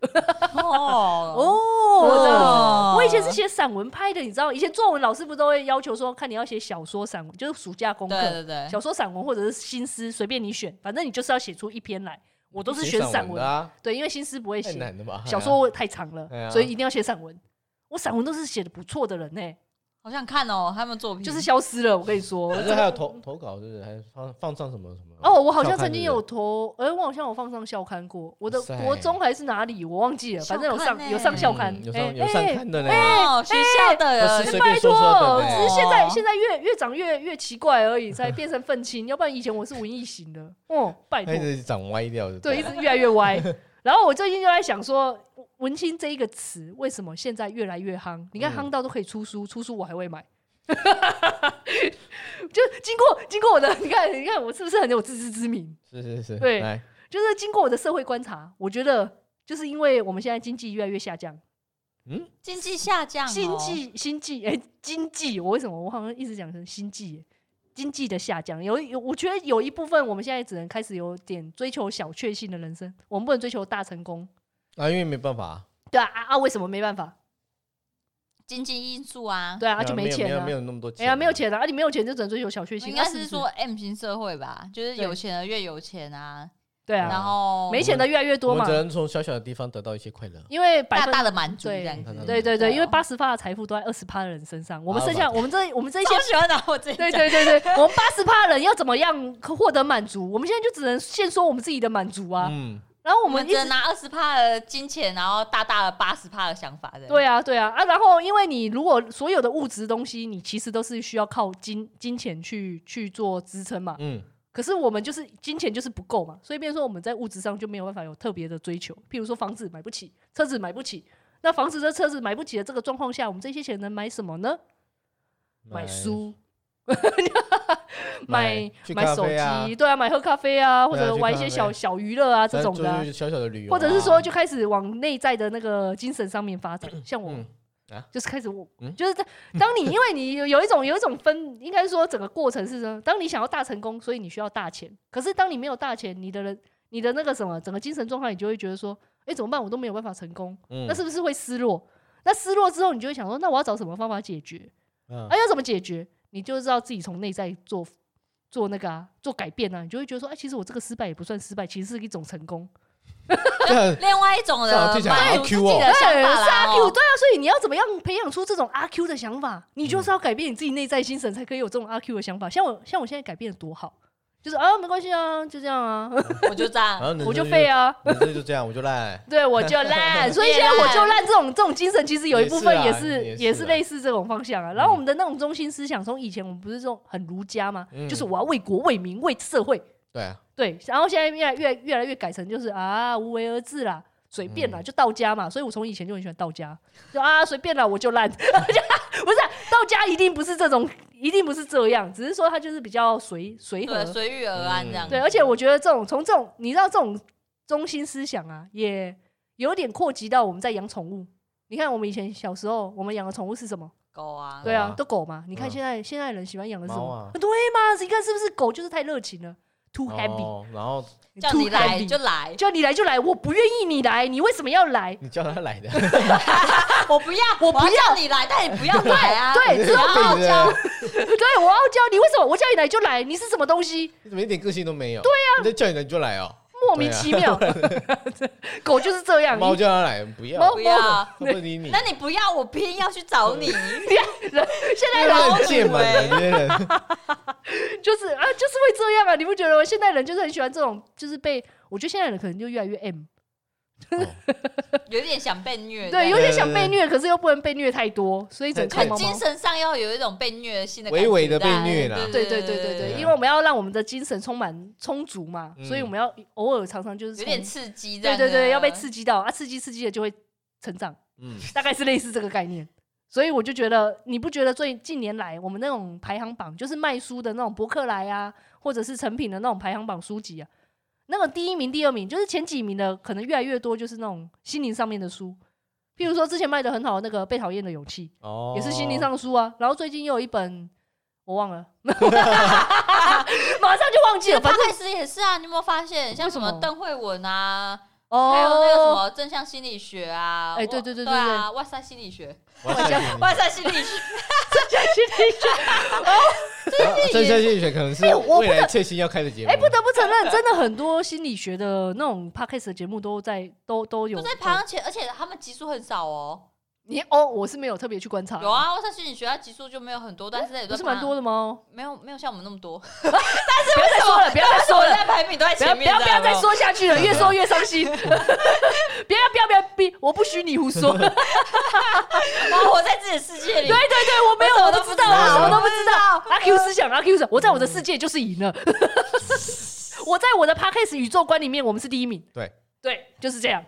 [SPEAKER 3] 哦
[SPEAKER 1] 哦。这样子
[SPEAKER 3] 哦
[SPEAKER 1] 我以前是写散文派的，你知道，以前作文老师不都会要求说，看你要写小说、散文，就是暑假功
[SPEAKER 3] 对
[SPEAKER 1] 课，
[SPEAKER 3] 对对，
[SPEAKER 1] 小说、散文或者是新诗，随便你选，反正你就是要写出一篇来。我都是
[SPEAKER 2] 写
[SPEAKER 1] 选
[SPEAKER 2] 散
[SPEAKER 1] 文，
[SPEAKER 2] 的啊，
[SPEAKER 1] 对，因为新诗不会
[SPEAKER 2] 太
[SPEAKER 1] 写，
[SPEAKER 2] 难了吧？
[SPEAKER 1] 小说我太长了，
[SPEAKER 2] 哎呀
[SPEAKER 1] 所以一定要写散文。我散文都是写的不错的人呢、
[SPEAKER 2] 嗯
[SPEAKER 3] 好想看哦，他们作品
[SPEAKER 1] 就是消失了。我跟你 说，
[SPEAKER 2] 可是还有投投稿，就是还放放上什么什么？
[SPEAKER 1] 哦，我好像
[SPEAKER 2] 上看
[SPEAKER 1] 曾经
[SPEAKER 2] 对不
[SPEAKER 1] 有投，哎、我好像有放上校刊过，我的
[SPEAKER 2] 哇塞
[SPEAKER 1] 国中还是哪里我忘记了，反正有
[SPEAKER 3] 校
[SPEAKER 1] 上、
[SPEAKER 3] 刊
[SPEAKER 1] 有
[SPEAKER 3] 欸
[SPEAKER 1] 上
[SPEAKER 2] 对
[SPEAKER 1] 校刊，
[SPEAKER 2] 嗯有
[SPEAKER 1] 哎
[SPEAKER 2] 上有上
[SPEAKER 1] 哎
[SPEAKER 2] 看的呢，
[SPEAKER 3] 哦，学校的
[SPEAKER 2] 不是随便
[SPEAKER 1] 拜
[SPEAKER 2] 说
[SPEAKER 1] 托，
[SPEAKER 2] 说的呢
[SPEAKER 1] 只是现在
[SPEAKER 3] 哦
[SPEAKER 1] 现在越越长越越奇怪而已，才变成愤青，要不然以前我是文艺型的，哦，拜
[SPEAKER 2] 它
[SPEAKER 1] 托
[SPEAKER 2] 一，直长歪掉就
[SPEAKER 1] 对，一
[SPEAKER 2] 了，
[SPEAKER 1] 直越来越歪。然后我最近就在想说，文青这一个词为什么现在越来越夯？你看
[SPEAKER 2] 嗯
[SPEAKER 1] 夯到都可以出书，出书我还会买。 就经过经过我的，你看你看我是不是很有自知之明？
[SPEAKER 2] 是是是，
[SPEAKER 1] 对
[SPEAKER 2] 来，
[SPEAKER 1] 就是经过我的社会观察，我觉得就是因为我们现在经济越来越下降，
[SPEAKER 3] 经济下降哦，
[SPEAKER 1] 经济经济哎、经济，我为什么我好像一直讲成经济耶？经济的下降，有有，我觉得有一部分我们现在只能开始有点追求小确幸的人生，我们不能追求大成功。
[SPEAKER 2] 啊，因为没办法，
[SPEAKER 1] 对啊啊啊！为什么没办法？
[SPEAKER 3] 经济因素啊，
[SPEAKER 1] 对啊，啊
[SPEAKER 2] 对
[SPEAKER 1] 就
[SPEAKER 2] 啊没有
[SPEAKER 1] 钱
[SPEAKER 2] 没有
[SPEAKER 1] 啊
[SPEAKER 2] 没。有那么多
[SPEAKER 1] 哎
[SPEAKER 2] 钱，
[SPEAKER 1] 呀，没有，钱啊！啊，你没有钱就只能追求小确幸。
[SPEAKER 3] 应该
[SPEAKER 1] 啊
[SPEAKER 3] 是说，M 型社会吧，就是
[SPEAKER 1] 对
[SPEAKER 3] 有钱的越有钱啊，
[SPEAKER 1] 对
[SPEAKER 2] 对
[SPEAKER 1] 啊，
[SPEAKER 3] 然后
[SPEAKER 1] 没钱的越来越
[SPEAKER 2] 我
[SPEAKER 1] 多
[SPEAKER 2] 们
[SPEAKER 1] 嘛
[SPEAKER 2] 只，能从小小的地方得到一些快乐。
[SPEAKER 1] 因为百
[SPEAKER 3] 大
[SPEAKER 1] 分
[SPEAKER 3] 大的满足
[SPEAKER 1] 对
[SPEAKER 3] 这样子。
[SPEAKER 1] 对对对，
[SPEAKER 3] 对啊
[SPEAKER 1] 因为八十趴的财富都在二十趴的人身上，我们剩下
[SPEAKER 2] 80%
[SPEAKER 1] 我们这我们这一些
[SPEAKER 3] 超喜欢拿我这一
[SPEAKER 1] 对
[SPEAKER 3] 讲，
[SPEAKER 1] 对对对，我们八十趴人要怎么样可获得满足？我们现在就只能先说我们自己的满足啊。
[SPEAKER 2] 嗯，
[SPEAKER 1] 然后
[SPEAKER 3] 我
[SPEAKER 1] 我
[SPEAKER 3] 们
[SPEAKER 1] 们一
[SPEAKER 3] 只
[SPEAKER 1] 直
[SPEAKER 3] 能拿二十帕的金钱，然后大大的八十帕的想法这样。
[SPEAKER 1] 对啊对啊啊！然后因为你如果所有的物质东西，你其实都是需要靠金金钱去去做支撑嘛。
[SPEAKER 2] 嗯，
[SPEAKER 1] 可是我们就是金钱就是不够嘛，所以变成说我们在物质上就没有办法有特别的追求，譬如说房子买不起，车子买不起。那房子、这车子买不起的这个状况下，我们这些钱能买什么呢？买 书，啊买
[SPEAKER 2] 去
[SPEAKER 1] 买
[SPEAKER 2] 咖
[SPEAKER 1] 手
[SPEAKER 2] 啡啊
[SPEAKER 1] 机，对啊，买喝咖啡啊，或
[SPEAKER 2] 对啊
[SPEAKER 1] 者
[SPEAKER 2] 去
[SPEAKER 1] 玩一
[SPEAKER 2] 咖
[SPEAKER 1] 些
[SPEAKER 2] 啡
[SPEAKER 1] 小小娱乐啊这
[SPEAKER 2] 反
[SPEAKER 1] 种
[SPEAKER 2] 正
[SPEAKER 1] 的啊、
[SPEAKER 2] 就是小小的旅游啊，
[SPEAKER 1] 或者是说就开始往内在的那个精神上面发 展。像我
[SPEAKER 2] 嗯啊，
[SPEAKER 1] 就是开始我
[SPEAKER 2] 嗯，
[SPEAKER 1] 就是在当你因为你有有一种有一种分，应该说整个过程是呢，当你想要大成功，所以你需要大钱。可是当你没有大钱，你的人你的那个什么整个精神状态，你就会觉得说，哎，怎么办？我都没有办法成功，
[SPEAKER 2] 嗯，
[SPEAKER 1] 那是不是会失落？那失落之后，你就会想说，那我要找什么方法解决？
[SPEAKER 2] 嗯
[SPEAKER 1] 哎、要怎么解决？你就知道自己从内在做做那个啊，做改变啊，你就会觉得说，哎、其实我这个失败也不算失败，其实是一种成功。
[SPEAKER 2] 这样
[SPEAKER 3] 另外一种的
[SPEAKER 2] 这样听起来好
[SPEAKER 3] 满足自己
[SPEAKER 2] Q 哦
[SPEAKER 3] 的想法
[SPEAKER 1] 是
[SPEAKER 3] 啦
[SPEAKER 1] 阿 Q，
[SPEAKER 3] 哦，
[SPEAKER 1] 对啊，所以你要怎么样培养出这种阿 Q 的想法？你就是要改变你自己内在精神，才可以有这种阿 Q 的想法。像我，像我现在改变的多好，就是啊，没关系啊，就这样啊，
[SPEAKER 3] 我就这
[SPEAKER 2] 然
[SPEAKER 3] 样。
[SPEAKER 2] 后人
[SPEAKER 1] 我就
[SPEAKER 2] 生
[SPEAKER 1] 废，啊，
[SPEAKER 2] 人生就这样，我就烂，
[SPEAKER 1] 对我就烂。所以现在我就烂这种这种精神，其实有一部分
[SPEAKER 2] 也
[SPEAKER 1] 也
[SPEAKER 2] 是啊
[SPEAKER 1] 是
[SPEAKER 2] 也是啊嗯
[SPEAKER 1] 也是类似这种方向啊。然后我们的那种中心思想，从以前我们不是这种很儒家嘛，
[SPEAKER 2] 嗯
[SPEAKER 1] 就是我要为国为民为社会，
[SPEAKER 2] 对啊，
[SPEAKER 1] 对，然后现在越来越越来越改成就是啊，无为而治啦，随便
[SPEAKER 2] 嗯
[SPEAKER 1] 啦，就道家嘛。所以我从以前就很喜欢道家，就啊随便啦，我就烂。不 是啊道家一定不是这种，一定不是这样，只是说他就是比较随随和
[SPEAKER 3] 对，。随遇而安这样。
[SPEAKER 1] 对，而且我觉得这种从这种你知道这种中心思想啊，也有点扩及到我们在养宠物。你看我们以前小时候，我们养的宠物是什么？
[SPEAKER 3] 狗啊，
[SPEAKER 1] 对啊
[SPEAKER 2] 啊，
[SPEAKER 1] 都狗嘛。你看
[SPEAKER 2] 嗯
[SPEAKER 1] 现在、现在人喜欢养的是什
[SPEAKER 2] 猫
[SPEAKER 1] 么？
[SPEAKER 2] 啊
[SPEAKER 1] 对嘛？你看是不是狗就是太热情了？Too happy，、
[SPEAKER 2] 哦然后
[SPEAKER 3] 叫
[SPEAKER 1] too
[SPEAKER 3] 你来
[SPEAKER 1] happy
[SPEAKER 3] 就来，
[SPEAKER 1] 叫你来就来，我不愿意你来，你为什么要来？
[SPEAKER 2] 你叫他来的，
[SPEAKER 3] 我不要，
[SPEAKER 1] 我不要
[SPEAKER 3] 要叫你来，但你不要来啊。
[SPEAKER 1] 对
[SPEAKER 2] 你
[SPEAKER 1] 这
[SPEAKER 2] 怎么
[SPEAKER 3] 傲
[SPEAKER 2] 变成
[SPEAKER 3] 娇，
[SPEAKER 1] 对，我要教你，为什么我叫你来就来？你是什么东西？
[SPEAKER 2] 你怎么一点个性都没有？对
[SPEAKER 1] 啊
[SPEAKER 2] 呀，你再叫你来你就来哦，
[SPEAKER 1] 莫名其妙， 狗啊就是这样。
[SPEAKER 2] 猫
[SPEAKER 1] 你
[SPEAKER 2] 叫他来不要，
[SPEAKER 1] 猫
[SPEAKER 3] 不要。
[SPEAKER 2] 它不理你
[SPEAKER 3] 那，你不要，我偏要去找你。
[SPEAKER 1] 现在
[SPEAKER 2] 那
[SPEAKER 1] 人
[SPEAKER 2] 很贱嘛，
[SPEAKER 3] 对
[SPEAKER 2] 这些人，
[SPEAKER 1] 就是啊，就是会这样啊，你不觉得吗？现代人就是很喜欢这种，就是被我觉得现在人可能就越来越 M，
[SPEAKER 3] 有点想被虐，
[SPEAKER 1] 对，
[SPEAKER 3] 有
[SPEAKER 1] 有点想被虐，可是又不能被虐太多，所以只能靠
[SPEAKER 2] 对
[SPEAKER 1] 猫
[SPEAKER 3] 精
[SPEAKER 1] 猫。
[SPEAKER 3] 神上要有一种被虐性的感觉
[SPEAKER 2] 微
[SPEAKER 3] 在，
[SPEAKER 2] 微地被虐啦
[SPEAKER 1] 对对对对对，啊
[SPEAKER 2] 对
[SPEAKER 1] 因为我们要让我们的精神充满充足嘛，所以
[SPEAKER 2] 嗯
[SPEAKER 1] 我们要偶尔常常就是
[SPEAKER 3] 有点
[SPEAKER 1] 从
[SPEAKER 3] 刺激这
[SPEAKER 1] 对
[SPEAKER 3] 样，
[SPEAKER 1] 对对，要被刺激到啊，刺激刺激的就会成长。
[SPEAKER 2] 嗯，
[SPEAKER 1] 大概是类似这个概念。所以我就觉得，你不觉得最近年来我们那种排行榜，就是卖书的那种博客来啊，或者是成品的那种排行榜书籍啊，那个第一名、第二名，就是前几名的，可能越来越多就是那种心灵上面的书，譬如说之前卖的很好的那个《被讨厌的勇气
[SPEAKER 2] 哦》，
[SPEAKER 1] 也是心灵上的书啊。然后最近又有一本我忘 了，马上就忘记
[SPEAKER 3] 其实
[SPEAKER 1] 了，反
[SPEAKER 3] 刚
[SPEAKER 1] 正
[SPEAKER 3] 开始也是啊，你有没有发现，像什
[SPEAKER 1] 为
[SPEAKER 3] 么
[SPEAKER 1] 什么
[SPEAKER 3] 邓慧文啊，
[SPEAKER 1] 哦，
[SPEAKER 3] 还有那个什么正向心理学啊，
[SPEAKER 1] 哎
[SPEAKER 3] 哇
[SPEAKER 1] 对对对
[SPEAKER 3] 对
[SPEAKER 1] 对
[SPEAKER 3] 啊，哇塞心理学，
[SPEAKER 2] 我要谢谢 你
[SPEAKER 3] 哇塞心理学，
[SPEAKER 2] 啊正向心理学可能是
[SPEAKER 1] 哎我不
[SPEAKER 2] 未来切心要开的节目。
[SPEAKER 1] 哎、不得不承认，真的很多心理学的那种 podcast 的节目都在都都 有
[SPEAKER 3] 都在排行前，而且他们集数很少哦。
[SPEAKER 1] 你哦，我是没有特别去观察，
[SPEAKER 3] 有，啊，哇塞心理学它集数就没有很多，但是也
[SPEAKER 1] 不
[SPEAKER 3] 都
[SPEAKER 1] 是蛮多
[SPEAKER 3] 的，
[SPEAKER 1] 的吗？
[SPEAKER 3] 没有没有像我们那么 多。
[SPEAKER 1] 不要再说了，不要再说
[SPEAKER 3] 我
[SPEAKER 1] 了
[SPEAKER 3] 在。排名都在
[SPEAKER 1] 不要
[SPEAKER 3] 前
[SPEAKER 1] 不
[SPEAKER 3] 面，哦
[SPEAKER 1] 要不要再
[SPEAKER 3] 知道吗
[SPEAKER 1] 说下去了，越说越伤心。 不要不要不要逼，我不许你胡说。 对对
[SPEAKER 3] 然后活在自己的世界里，
[SPEAKER 1] 对，我没有，我都知道，啊我什么都不知道
[SPEAKER 3] 道。
[SPEAKER 1] 阿 Q 思想，阿 Q 思想，我在我的世界就是赢了。 我在我的 Podcast 宇宙观里面，我们是第一名。
[SPEAKER 2] 对，
[SPEAKER 1] 对，就是这样。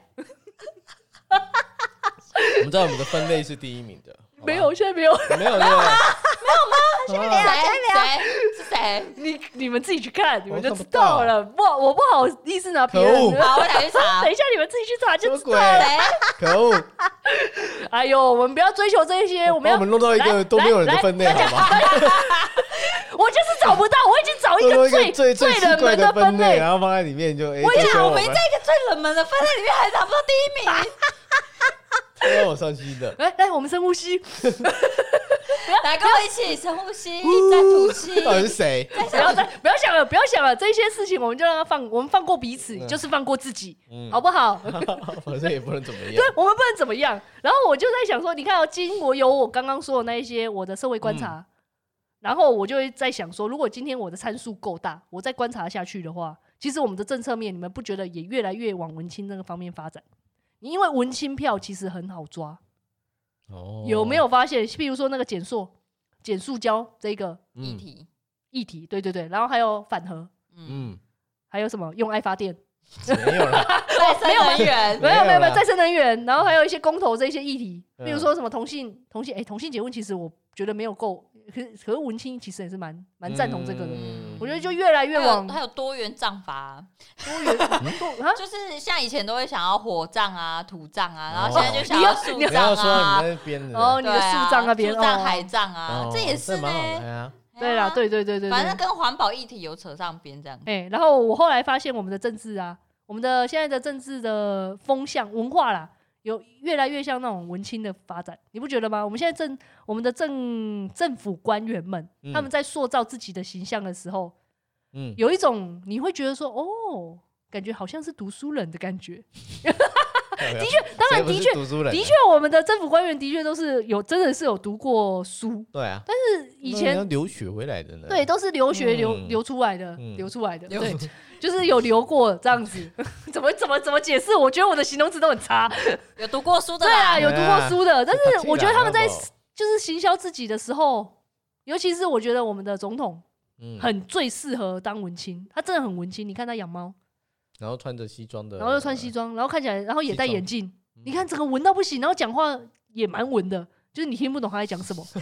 [SPEAKER 2] 我们知道我们的分类是第一名的，好吧
[SPEAKER 1] 没有，现在没有，
[SPEAKER 2] 没有没有没有
[SPEAKER 1] 哎
[SPEAKER 2] 吗？
[SPEAKER 3] 谁谁是谁？
[SPEAKER 1] 你你们自己去看，你们就
[SPEAKER 2] 看
[SPEAKER 1] 知
[SPEAKER 2] 不
[SPEAKER 1] 道
[SPEAKER 2] 到
[SPEAKER 1] 了。不，我不好意思拿别
[SPEAKER 2] 可
[SPEAKER 1] 人
[SPEAKER 2] 恶
[SPEAKER 1] 的。
[SPEAKER 3] 好，我打去查
[SPEAKER 1] 等。一下你们自己去查
[SPEAKER 2] 什
[SPEAKER 1] 就
[SPEAKER 2] 么
[SPEAKER 1] 知
[SPEAKER 2] 鬼？
[SPEAKER 1] 道了。
[SPEAKER 2] 可恶！
[SPEAKER 1] 哎呦，我们不要追求这些，我们
[SPEAKER 2] 把
[SPEAKER 1] 要
[SPEAKER 2] 我们弄到一
[SPEAKER 1] 来
[SPEAKER 2] 个都没有人的分类，
[SPEAKER 1] 来大
[SPEAKER 2] 好
[SPEAKER 1] 家
[SPEAKER 2] 吗？
[SPEAKER 1] 我就是找不到，我已经找一
[SPEAKER 2] 弄到
[SPEAKER 1] 个
[SPEAKER 2] 一
[SPEAKER 1] 最
[SPEAKER 2] 个最最奇
[SPEAKER 1] 冷
[SPEAKER 2] 怪
[SPEAKER 1] 门
[SPEAKER 2] 的
[SPEAKER 1] 分
[SPEAKER 2] 分类，
[SPEAKER 1] 类。
[SPEAKER 2] 然后放在里面就哎，
[SPEAKER 3] 我
[SPEAKER 2] 就
[SPEAKER 3] 呀，
[SPEAKER 2] 跟
[SPEAKER 3] 我
[SPEAKER 2] 我
[SPEAKER 3] 们在一个最冷门的分类里面还拿不到第一名，
[SPEAKER 2] 这让我伤心的。
[SPEAKER 1] 来哎来，我们深呼吸，
[SPEAKER 3] 来跟我一起深呼 吸，再啊吐气。
[SPEAKER 2] 到底是谁？
[SPEAKER 1] 不要再不要想了，不要想了，这些事情我们就让它放，我们放过彼此，
[SPEAKER 2] 嗯
[SPEAKER 1] 就是放过自己，
[SPEAKER 2] 嗯
[SPEAKER 1] 好不好？
[SPEAKER 2] 反正也不能怎么 样
[SPEAKER 1] 对。，我们不能怎么样。然后我就在想说，你看、哦，经我有我刚刚说的那一些我的社会观
[SPEAKER 2] 嗯
[SPEAKER 1] 察，然后我就会在想说，如果今天我的参数够大，我再观察下去的话，其实我们的政策面，你们不觉得也越来越往文青那个方面发展？因为文青票其实很好抓，
[SPEAKER 2] 哦
[SPEAKER 1] 有没有发现？譬如说那个减塑、减塑胶这个
[SPEAKER 3] 议
[SPEAKER 2] 嗯
[SPEAKER 3] 题，
[SPEAKER 1] 议题，对对对，然后还有反核，
[SPEAKER 3] 嗯，
[SPEAKER 2] 嗯，
[SPEAKER 1] 还有什么用爱发电，
[SPEAKER 2] 没有 了。
[SPEAKER 3] 再生能源，
[SPEAKER 1] 没有没
[SPEAKER 2] 没
[SPEAKER 1] 有
[SPEAKER 2] 有
[SPEAKER 1] 没有
[SPEAKER 2] 啦
[SPEAKER 1] 再生能源，然后还有一些公投这一些议题，
[SPEAKER 2] 嗯
[SPEAKER 1] 比如说什么同性同性哎、同性结婚，其实我觉得没有够，可是可是文青其实也是蛮蛮赞同这个的，
[SPEAKER 2] 嗯
[SPEAKER 1] 我觉得就越来越
[SPEAKER 3] 还有
[SPEAKER 1] 往
[SPEAKER 3] 还有多元葬法啊，
[SPEAKER 1] 多元
[SPEAKER 2] 嗯
[SPEAKER 1] 多啊，
[SPEAKER 3] 就是像以前都会想要火葬啊、土葬啊，然后
[SPEAKER 2] 哦
[SPEAKER 3] 现在就想要树
[SPEAKER 2] 不要
[SPEAKER 3] 葬
[SPEAKER 2] 说你
[SPEAKER 3] 啊，
[SPEAKER 2] 们那边的，
[SPEAKER 1] 哦，你
[SPEAKER 3] 对
[SPEAKER 1] 的树
[SPEAKER 3] 啊，
[SPEAKER 1] 葬那边
[SPEAKER 3] 树葬、
[SPEAKER 1] 哦
[SPEAKER 3] 海葬啊
[SPEAKER 2] 哦，
[SPEAKER 3] 这也是
[SPEAKER 2] 蛮好的
[SPEAKER 3] 呢。
[SPEAKER 2] 呀。
[SPEAKER 1] 对啦，
[SPEAKER 3] 啊，
[SPEAKER 1] 对对对对对，
[SPEAKER 3] 反正跟环保议题有扯上边这样。
[SPEAKER 1] 哎、然后我后来发现我们的政治啊，我们的现在的政治的风向文化啦，有越来越像那种文青的发展，你不觉得吗？我们现在政我们的政政府官员们，
[SPEAKER 2] 嗯
[SPEAKER 1] 他们在塑造自己的形象的时候，
[SPEAKER 2] 嗯，
[SPEAKER 1] 有一种你会觉得说，哦，感觉好像是读书人的感觉。
[SPEAKER 2] 的
[SPEAKER 1] 的确，当然的确，
[SPEAKER 2] 读书人啊
[SPEAKER 1] 的确，我们的政府官员的确都是有真的是有读过书，
[SPEAKER 2] 对啊，
[SPEAKER 1] 是以前
[SPEAKER 2] 那人家留学回来的呢，
[SPEAKER 1] 对，，都是留学留、
[SPEAKER 2] 嗯
[SPEAKER 1] 留出来的，
[SPEAKER 2] 嗯
[SPEAKER 1] 留出来的，
[SPEAKER 3] 留
[SPEAKER 1] 对， 就是有留过这样子。 怎么怎么怎么解释？我觉得我的形容词都很差。
[SPEAKER 3] 有读过书的
[SPEAKER 1] 对啊，
[SPEAKER 3] 啦，
[SPEAKER 1] 有读过书的，但是我觉得他们在
[SPEAKER 2] 不客气啦
[SPEAKER 1] 就是行销自己的时候，尤其是我觉得我们的总统
[SPEAKER 2] 嗯，
[SPEAKER 1] 很最适合当文青，他真的很文青。你看他养猫，
[SPEAKER 2] 然后穿着西装的，
[SPEAKER 1] 然后又穿西装，然后看起来，然后也戴
[SPEAKER 2] 西装
[SPEAKER 1] 眼镜，
[SPEAKER 2] 嗯，
[SPEAKER 1] 你看整个文到不行，然后讲话也蛮文的。就是你听不懂他在讲什么，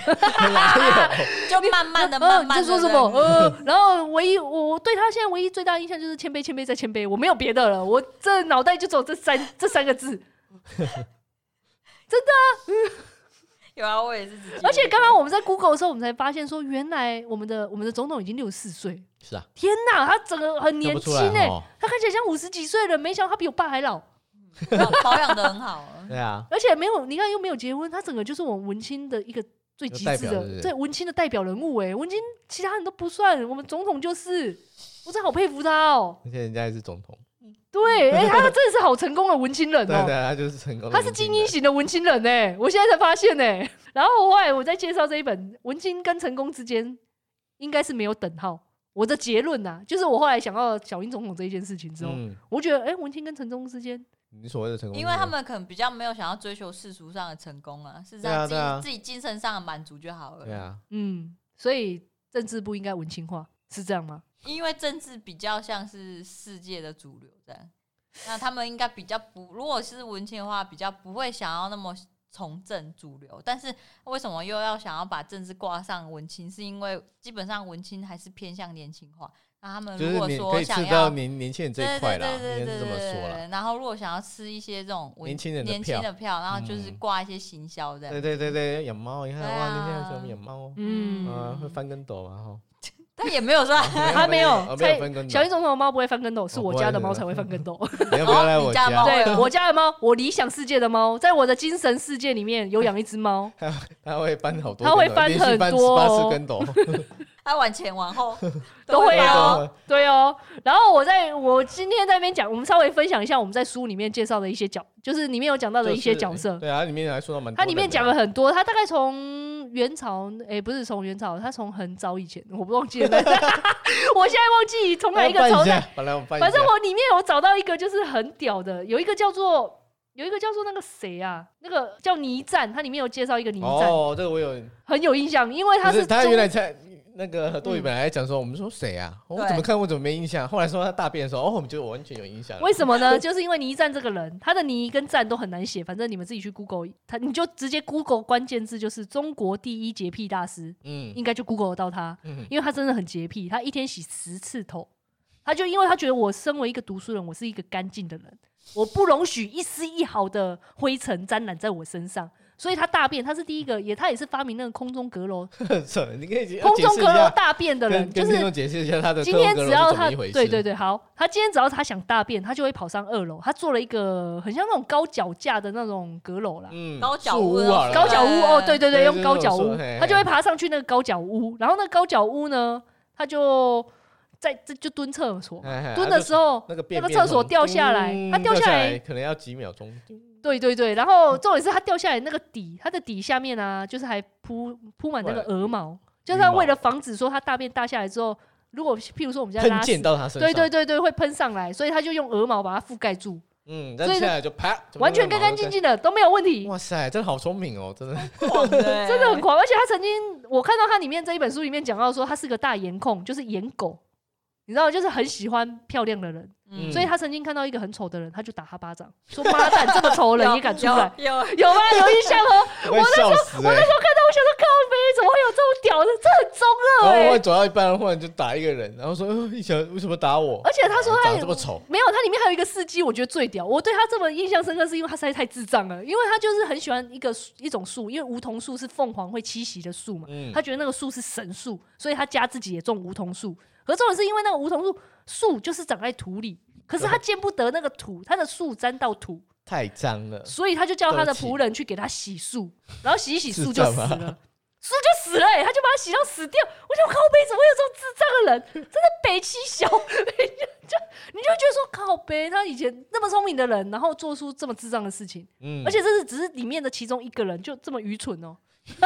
[SPEAKER 2] 哪有
[SPEAKER 3] 就慢慢的、
[SPEAKER 1] 呃
[SPEAKER 3] 慢
[SPEAKER 1] 你
[SPEAKER 3] 慢
[SPEAKER 1] 在
[SPEAKER 3] 的
[SPEAKER 1] 说什么？呃，然后唯一我我对他现在唯一最大的印象就是谦卑、谦卑再谦卑，我没有别的了，我这脑袋就走这三这三个字。
[SPEAKER 3] 有啊，我也是自己。
[SPEAKER 1] 而且刚刚我们在 Google 的时候，我们才发现说，原来我们的我们的总统已经六十四岁，
[SPEAKER 2] 是啊，
[SPEAKER 1] 天哪，他整个很
[SPEAKER 2] 看
[SPEAKER 1] 年
[SPEAKER 2] 不出
[SPEAKER 1] 轻
[SPEAKER 2] 来
[SPEAKER 1] 哎、
[SPEAKER 2] 哦
[SPEAKER 1] 他看起来像五十几岁了，没想到他比我爸还老，
[SPEAKER 3] 保养的很 好，
[SPEAKER 2] 对啊，
[SPEAKER 1] 而且没有你看又没有结婚，他整个就是我们文青的一个最极致
[SPEAKER 2] 有代表是不
[SPEAKER 1] 的
[SPEAKER 2] 是
[SPEAKER 1] 对文青的代表人物哎、文青其他人都不算，我们总统就是，我真的好佩服他哦、
[SPEAKER 2] 而且人家还是总统，
[SPEAKER 1] 对，哎、他真的是好成功的文青人
[SPEAKER 2] 对
[SPEAKER 1] 哦、
[SPEAKER 2] 对，他就是成功的
[SPEAKER 1] 他
[SPEAKER 2] 文青人，
[SPEAKER 1] 是精英型的文青人呢、我现在才发现呢、然后后来我在介绍这一本《文青跟成功之间》，应该是没有等号。我的结论呐、就是我后来想到小英总统这一件事情之后，
[SPEAKER 2] 嗯，
[SPEAKER 1] 我觉得，哎、文青跟成功之间，
[SPEAKER 2] 你所谓的成功，
[SPEAKER 3] 因为他们可能比较没有想要追求世俗上的成功啊，是在自己、
[SPEAKER 2] 对啊对啊
[SPEAKER 3] 自己精神上的满足就好了。
[SPEAKER 2] 对啊，
[SPEAKER 1] 嗯，所以政治不应该文青化，是这样吗？
[SPEAKER 3] 因为政治比较像是世界的主流这样，那他们应该比较不，如果是文青的话，比较不会想要那么从政主流。但是为什么又要想要把政治挂上文青？是因为基本上文青还是偏向年轻化。那他
[SPEAKER 1] 呃
[SPEAKER 3] 们
[SPEAKER 2] 就
[SPEAKER 3] 如
[SPEAKER 2] 是
[SPEAKER 3] 果
[SPEAKER 2] 你
[SPEAKER 3] 说
[SPEAKER 2] 可以
[SPEAKER 3] 想
[SPEAKER 2] 吃到
[SPEAKER 3] 要
[SPEAKER 2] 年年轻人这一
[SPEAKER 3] 对对
[SPEAKER 2] 块
[SPEAKER 3] 对
[SPEAKER 2] 啦，应
[SPEAKER 3] 对
[SPEAKER 2] 该
[SPEAKER 3] 对
[SPEAKER 2] 是这么说啦，
[SPEAKER 3] 对然后如果想要吃一些这种文
[SPEAKER 2] 年轻人的
[SPEAKER 3] 年轻
[SPEAKER 2] 票
[SPEAKER 3] 的票，然后就是
[SPEAKER 2] 嗯
[SPEAKER 3] 挂一些行销这样。
[SPEAKER 2] 对对对对，养猫，你看哦
[SPEAKER 3] 对
[SPEAKER 2] 哇，
[SPEAKER 3] 啊
[SPEAKER 2] 年轻人喜欢养猫，
[SPEAKER 1] 嗯，
[SPEAKER 2] 啊，会翻跟斗嘛哈，
[SPEAKER 3] 但也没 有说
[SPEAKER 1] 他没有
[SPEAKER 2] 哦没有
[SPEAKER 1] 蔡
[SPEAKER 2] 翻跟
[SPEAKER 1] 小
[SPEAKER 2] 斗
[SPEAKER 1] 英，总统的猫不会翻跟斗，是
[SPEAKER 2] 哦
[SPEAKER 1] 我
[SPEAKER 2] 不会
[SPEAKER 1] 家
[SPEAKER 2] 是
[SPEAKER 1] 的
[SPEAKER 2] 吧
[SPEAKER 1] 猫才会翻跟 斗。
[SPEAKER 2] 你要不要来我
[SPEAKER 3] 哦你家猫
[SPEAKER 1] 对我家的猫，我理想世界的猫，在我的精神世界里面有养一只猫，
[SPEAKER 2] 他会翻好多跟斗，
[SPEAKER 1] 它会翻
[SPEAKER 2] 连续
[SPEAKER 1] 很
[SPEAKER 2] 翻
[SPEAKER 1] 多
[SPEAKER 2] 18
[SPEAKER 1] 哦
[SPEAKER 2] 次跟斗，
[SPEAKER 3] 他往前 往后
[SPEAKER 1] 都会哦
[SPEAKER 2] 对啊，
[SPEAKER 1] 对哦。然后我在我今天在那边讲，我们稍微分享一下我们在书里面介绍的一些角，就是里面有讲到的一些角色。
[SPEAKER 2] 对啊，它里面还说到蛮多人的，
[SPEAKER 1] 它里面讲了很多，它大概从元朝，诶，不是从元朝，它从很早以前，我不忘记 了，但是我现在忘记从哪一个
[SPEAKER 2] 我
[SPEAKER 1] 朝
[SPEAKER 2] 要翻一
[SPEAKER 1] 代。
[SPEAKER 2] 下，本来我翻一下，
[SPEAKER 1] 反正我里面有找到一个就是很屌的，有一个叫做有一个叫做那个谁啊，那个叫倪瓒，它里面有介绍一个倪瓒，
[SPEAKER 2] 哦，这个我有，
[SPEAKER 1] 很有印象，因为 他嗯
[SPEAKER 2] 不是他
[SPEAKER 1] 中
[SPEAKER 2] 原来在那个杜宇本来在讲说，我们说谁啊？我
[SPEAKER 3] 对
[SPEAKER 2] 怎么看我怎么没印象？后来说他大便的时候，哦，我们就完全有印象了。
[SPEAKER 1] 为什么呢？ 就是因为倪瓒这个人，他的倪跟瓒都很难写，反正你们自己去 Google，他你就直接 Google 关键字就是中国第一洁癖大师，
[SPEAKER 2] 嗯
[SPEAKER 1] 应该就 Google 得到他，
[SPEAKER 2] 嗯，
[SPEAKER 1] 因为他真的很洁癖，他一天洗十次头，他就因为他觉得我身为一个读书人，我是一个干净的人，我不容许一丝一毫的灰尘沾染在我身上。所以他大便，他是第一个，也他也是发明那个空中阁 楼、
[SPEAKER 2] 很扯，你可以解
[SPEAKER 1] 空中
[SPEAKER 2] 解释一
[SPEAKER 1] 阁楼
[SPEAKER 2] 下，
[SPEAKER 1] 大便的人，
[SPEAKER 2] 跟
[SPEAKER 1] 就
[SPEAKER 2] 跟
[SPEAKER 1] 是
[SPEAKER 2] 听众解释一下他的
[SPEAKER 1] 今
[SPEAKER 2] 特工
[SPEAKER 1] 天
[SPEAKER 2] 阁
[SPEAKER 1] 只
[SPEAKER 2] 楼
[SPEAKER 1] 要
[SPEAKER 2] 是怎
[SPEAKER 1] 他
[SPEAKER 2] 么一回事。
[SPEAKER 1] 对对对，好，他今天只要他想大便，他就会跑上二楼。他做了一个很像那种高脚架的那种阁楼啦，
[SPEAKER 2] 嗯
[SPEAKER 3] 高脚
[SPEAKER 2] 树
[SPEAKER 3] 屋
[SPEAKER 2] 屋
[SPEAKER 3] 那种
[SPEAKER 2] 啊，
[SPEAKER 1] 高脚屋哦，对对
[SPEAKER 2] 对
[SPEAKER 1] 用高
[SPEAKER 2] 就是
[SPEAKER 1] 脚
[SPEAKER 2] 我说
[SPEAKER 1] 屋
[SPEAKER 2] 嘿，
[SPEAKER 1] 他就会爬上去那个高脚屋。然后那个高脚屋呢，他就在这就蹲厕所嘛，
[SPEAKER 2] 嘿嘿
[SPEAKER 1] 蹲
[SPEAKER 2] 啊
[SPEAKER 1] 的
[SPEAKER 2] 就
[SPEAKER 1] 时候
[SPEAKER 2] 那个便
[SPEAKER 1] 那个
[SPEAKER 2] 便
[SPEAKER 1] 厕所
[SPEAKER 2] 从
[SPEAKER 1] 掉下来，
[SPEAKER 2] 叮
[SPEAKER 1] 它掉
[SPEAKER 2] 下
[SPEAKER 1] 下来，
[SPEAKER 2] 可能要几秒钟，
[SPEAKER 1] 对对对。然后重点是它掉下来那个底，它的底下面啊，就是还铺铺满那个
[SPEAKER 2] 对
[SPEAKER 1] 鹅毛，就是
[SPEAKER 2] 羽
[SPEAKER 1] 它为
[SPEAKER 2] 毛
[SPEAKER 1] 了防止说它大便大下来之后，如果譬如说我们家
[SPEAKER 2] 喷
[SPEAKER 1] 拉屎
[SPEAKER 2] 溅到他身上。
[SPEAKER 1] 对对，对对，会喷上来，所以他就用鹅毛把它覆盖住，
[SPEAKER 2] 嗯，但
[SPEAKER 1] 所以
[SPEAKER 2] 下来就啪，
[SPEAKER 1] 完全干干净。净的都没有问题，
[SPEAKER 2] 哇塞，真的好聪明 哦，真的。
[SPEAKER 3] 晃的欸，
[SPEAKER 1] 真的很狂。而且他曾经，我看到他里面这一本书里面讲到说，他是个大颜控，就是颜狗，你知道，就是很喜欢漂亮的人，
[SPEAKER 3] 嗯，
[SPEAKER 1] 所以他曾经看到一个很丑的人，他就打他巴掌，说妈蛋，这么丑的人也敢出来。
[SPEAKER 3] 有，有
[SPEAKER 1] 有吗？有印象哦。
[SPEAKER 2] 我快笑死哎、欸！
[SPEAKER 1] 我想说，靠背怎么会有这么屌的？这很中二
[SPEAKER 2] 然后
[SPEAKER 1] 哎、
[SPEAKER 2] 我走到一半，忽然就打一个人，然后说：“呃、一想为什么打我？”哎
[SPEAKER 1] 而且他说他
[SPEAKER 2] 长
[SPEAKER 1] 也
[SPEAKER 2] 得这么丑，
[SPEAKER 1] 没有，它里面还有一个司机，我觉得最屌。我对他这么印象深刻，是因为他实在太智障了。因为他就是很喜欢一个树一种树，因为梧桐树是凤凰会栖息的树嘛，
[SPEAKER 2] 嗯
[SPEAKER 1] 他觉得那个树是神树，所以他家自己也种梧桐树。可重点是因为那个梧桐树树就是长在土里，可是他见不得那个土，他的树沾到土，
[SPEAKER 2] 太脏了，
[SPEAKER 1] 所以他就叫他的仆人去给他洗树，然后洗一洗树就死
[SPEAKER 2] 智障
[SPEAKER 1] 了。树就死了、欸，他就把它洗到死掉。我就靠背，怎么会有这种智障的人？真的北七小， 北就就你就觉得说靠背，他以前那么聪明的人，然后做出这么智障的事情，
[SPEAKER 2] 嗯，
[SPEAKER 1] 而且这是只是里面的其中一个人，就这么愚蠢哦、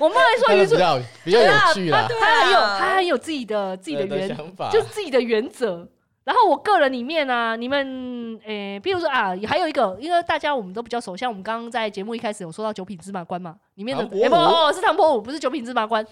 [SPEAKER 1] 我不能说
[SPEAKER 2] 他
[SPEAKER 1] 愚
[SPEAKER 2] 的比
[SPEAKER 1] 蠢，
[SPEAKER 2] 较比较有趣啦，
[SPEAKER 1] 他很有
[SPEAKER 3] 啊
[SPEAKER 1] 他很有自己的自己的
[SPEAKER 2] 对
[SPEAKER 1] 原
[SPEAKER 2] 想法，
[SPEAKER 1] 就是自己的原则。然后我个人里面呢、啊你们诶、比如说啊，还有一个，因为大家我们都比较熟，像我们刚刚在节目一开始有说到九品芝麻官嘛，里面的
[SPEAKER 2] 唐伯虎
[SPEAKER 1] 诶不哦是唐伯虎，不是九品芝麻 官，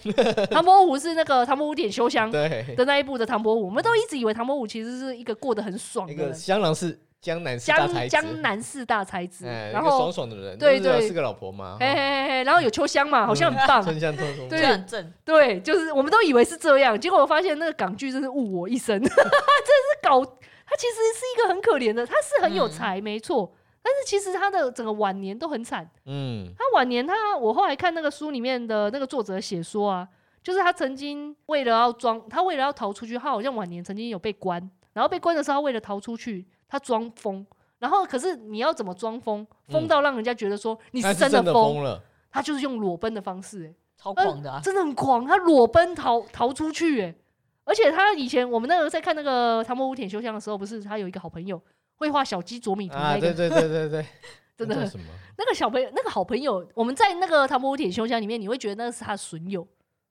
[SPEAKER 1] 唐伯虎是那个唐伯虎点秋香
[SPEAKER 2] 对
[SPEAKER 1] 的那一部的唐伯虎，我们都一直以为唐伯虎其实是一个过得很爽
[SPEAKER 2] 一
[SPEAKER 1] 的
[SPEAKER 2] 个
[SPEAKER 1] 人，
[SPEAKER 2] 香囊是江南四大才
[SPEAKER 1] 哦江
[SPEAKER 2] 子，嗯
[SPEAKER 1] 江南四大才子，
[SPEAKER 2] 哎，一
[SPEAKER 1] 然
[SPEAKER 2] 个啊爽
[SPEAKER 1] 后
[SPEAKER 2] 爽的人，
[SPEAKER 1] 对
[SPEAKER 2] 就是有
[SPEAKER 1] 对
[SPEAKER 2] 四个老婆嘛，
[SPEAKER 1] 嘿嘿
[SPEAKER 2] 哈
[SPEAKER 1] 嘿嘿，然后有秋香嘛，好像很棒，
[SPEAKER 2] 春香偷偷
[SPEAKER 1] 对
[SPEAKER 3] 就很正，
[SPEAKER 1] 对，就是我们都以为是这样，结果我发现那个港剧真是误我一生， 真的是搞他其实是一个很可怜的，他是很有
[SPEAKER 2] 嗯
[SPEAKER 1] 才、没错，但是其实他的整个晚年都很惨。
[SPEAKER 2] 嗯，
[SPEAKER 1] 他晚年他我后来看那个书里面的那个作者写说啊，就是他曾经为了要装，他为了要逃出去，他好像晚年曾经有被关，然后被关的时候，他为了逃出去，他装疯。然后，可是你要怎么装疯？疯
[SPEAKER 2] 嗯
[SPEAKER 1] 到让人家觉得说你是
[SPEAKER 2] 他是真的
[SPEAKER 1] 的疯，
[SPEAKER 2] 疯了，
[SPEAKER 1] 他就是用裸奔的方式、欸，
[SPEAKER 3] 超狂的啊，
[SPEAKER 1] 真的很狂，他裸奔逃逃出去哎、而且他以前我们那个在看那个《唐伯虎点秋香》的时候，不是他有一个好朋友会画小鸡啄米图
[SPEAKER 2] 啊，
[SPEAKER 1] 那个，
[SPEAKER 2] 对对对对对，
[SPEAKER 1] 真
[SPEAKER 2] 那叫
[SPEAKER 1] 的
[SPEAKER 2] 什么？
[SPEAKER 1] 那个小朋友那个好朋友，我们在那个《唐伯虎点秋香》里面，你会觉得那是他的损友，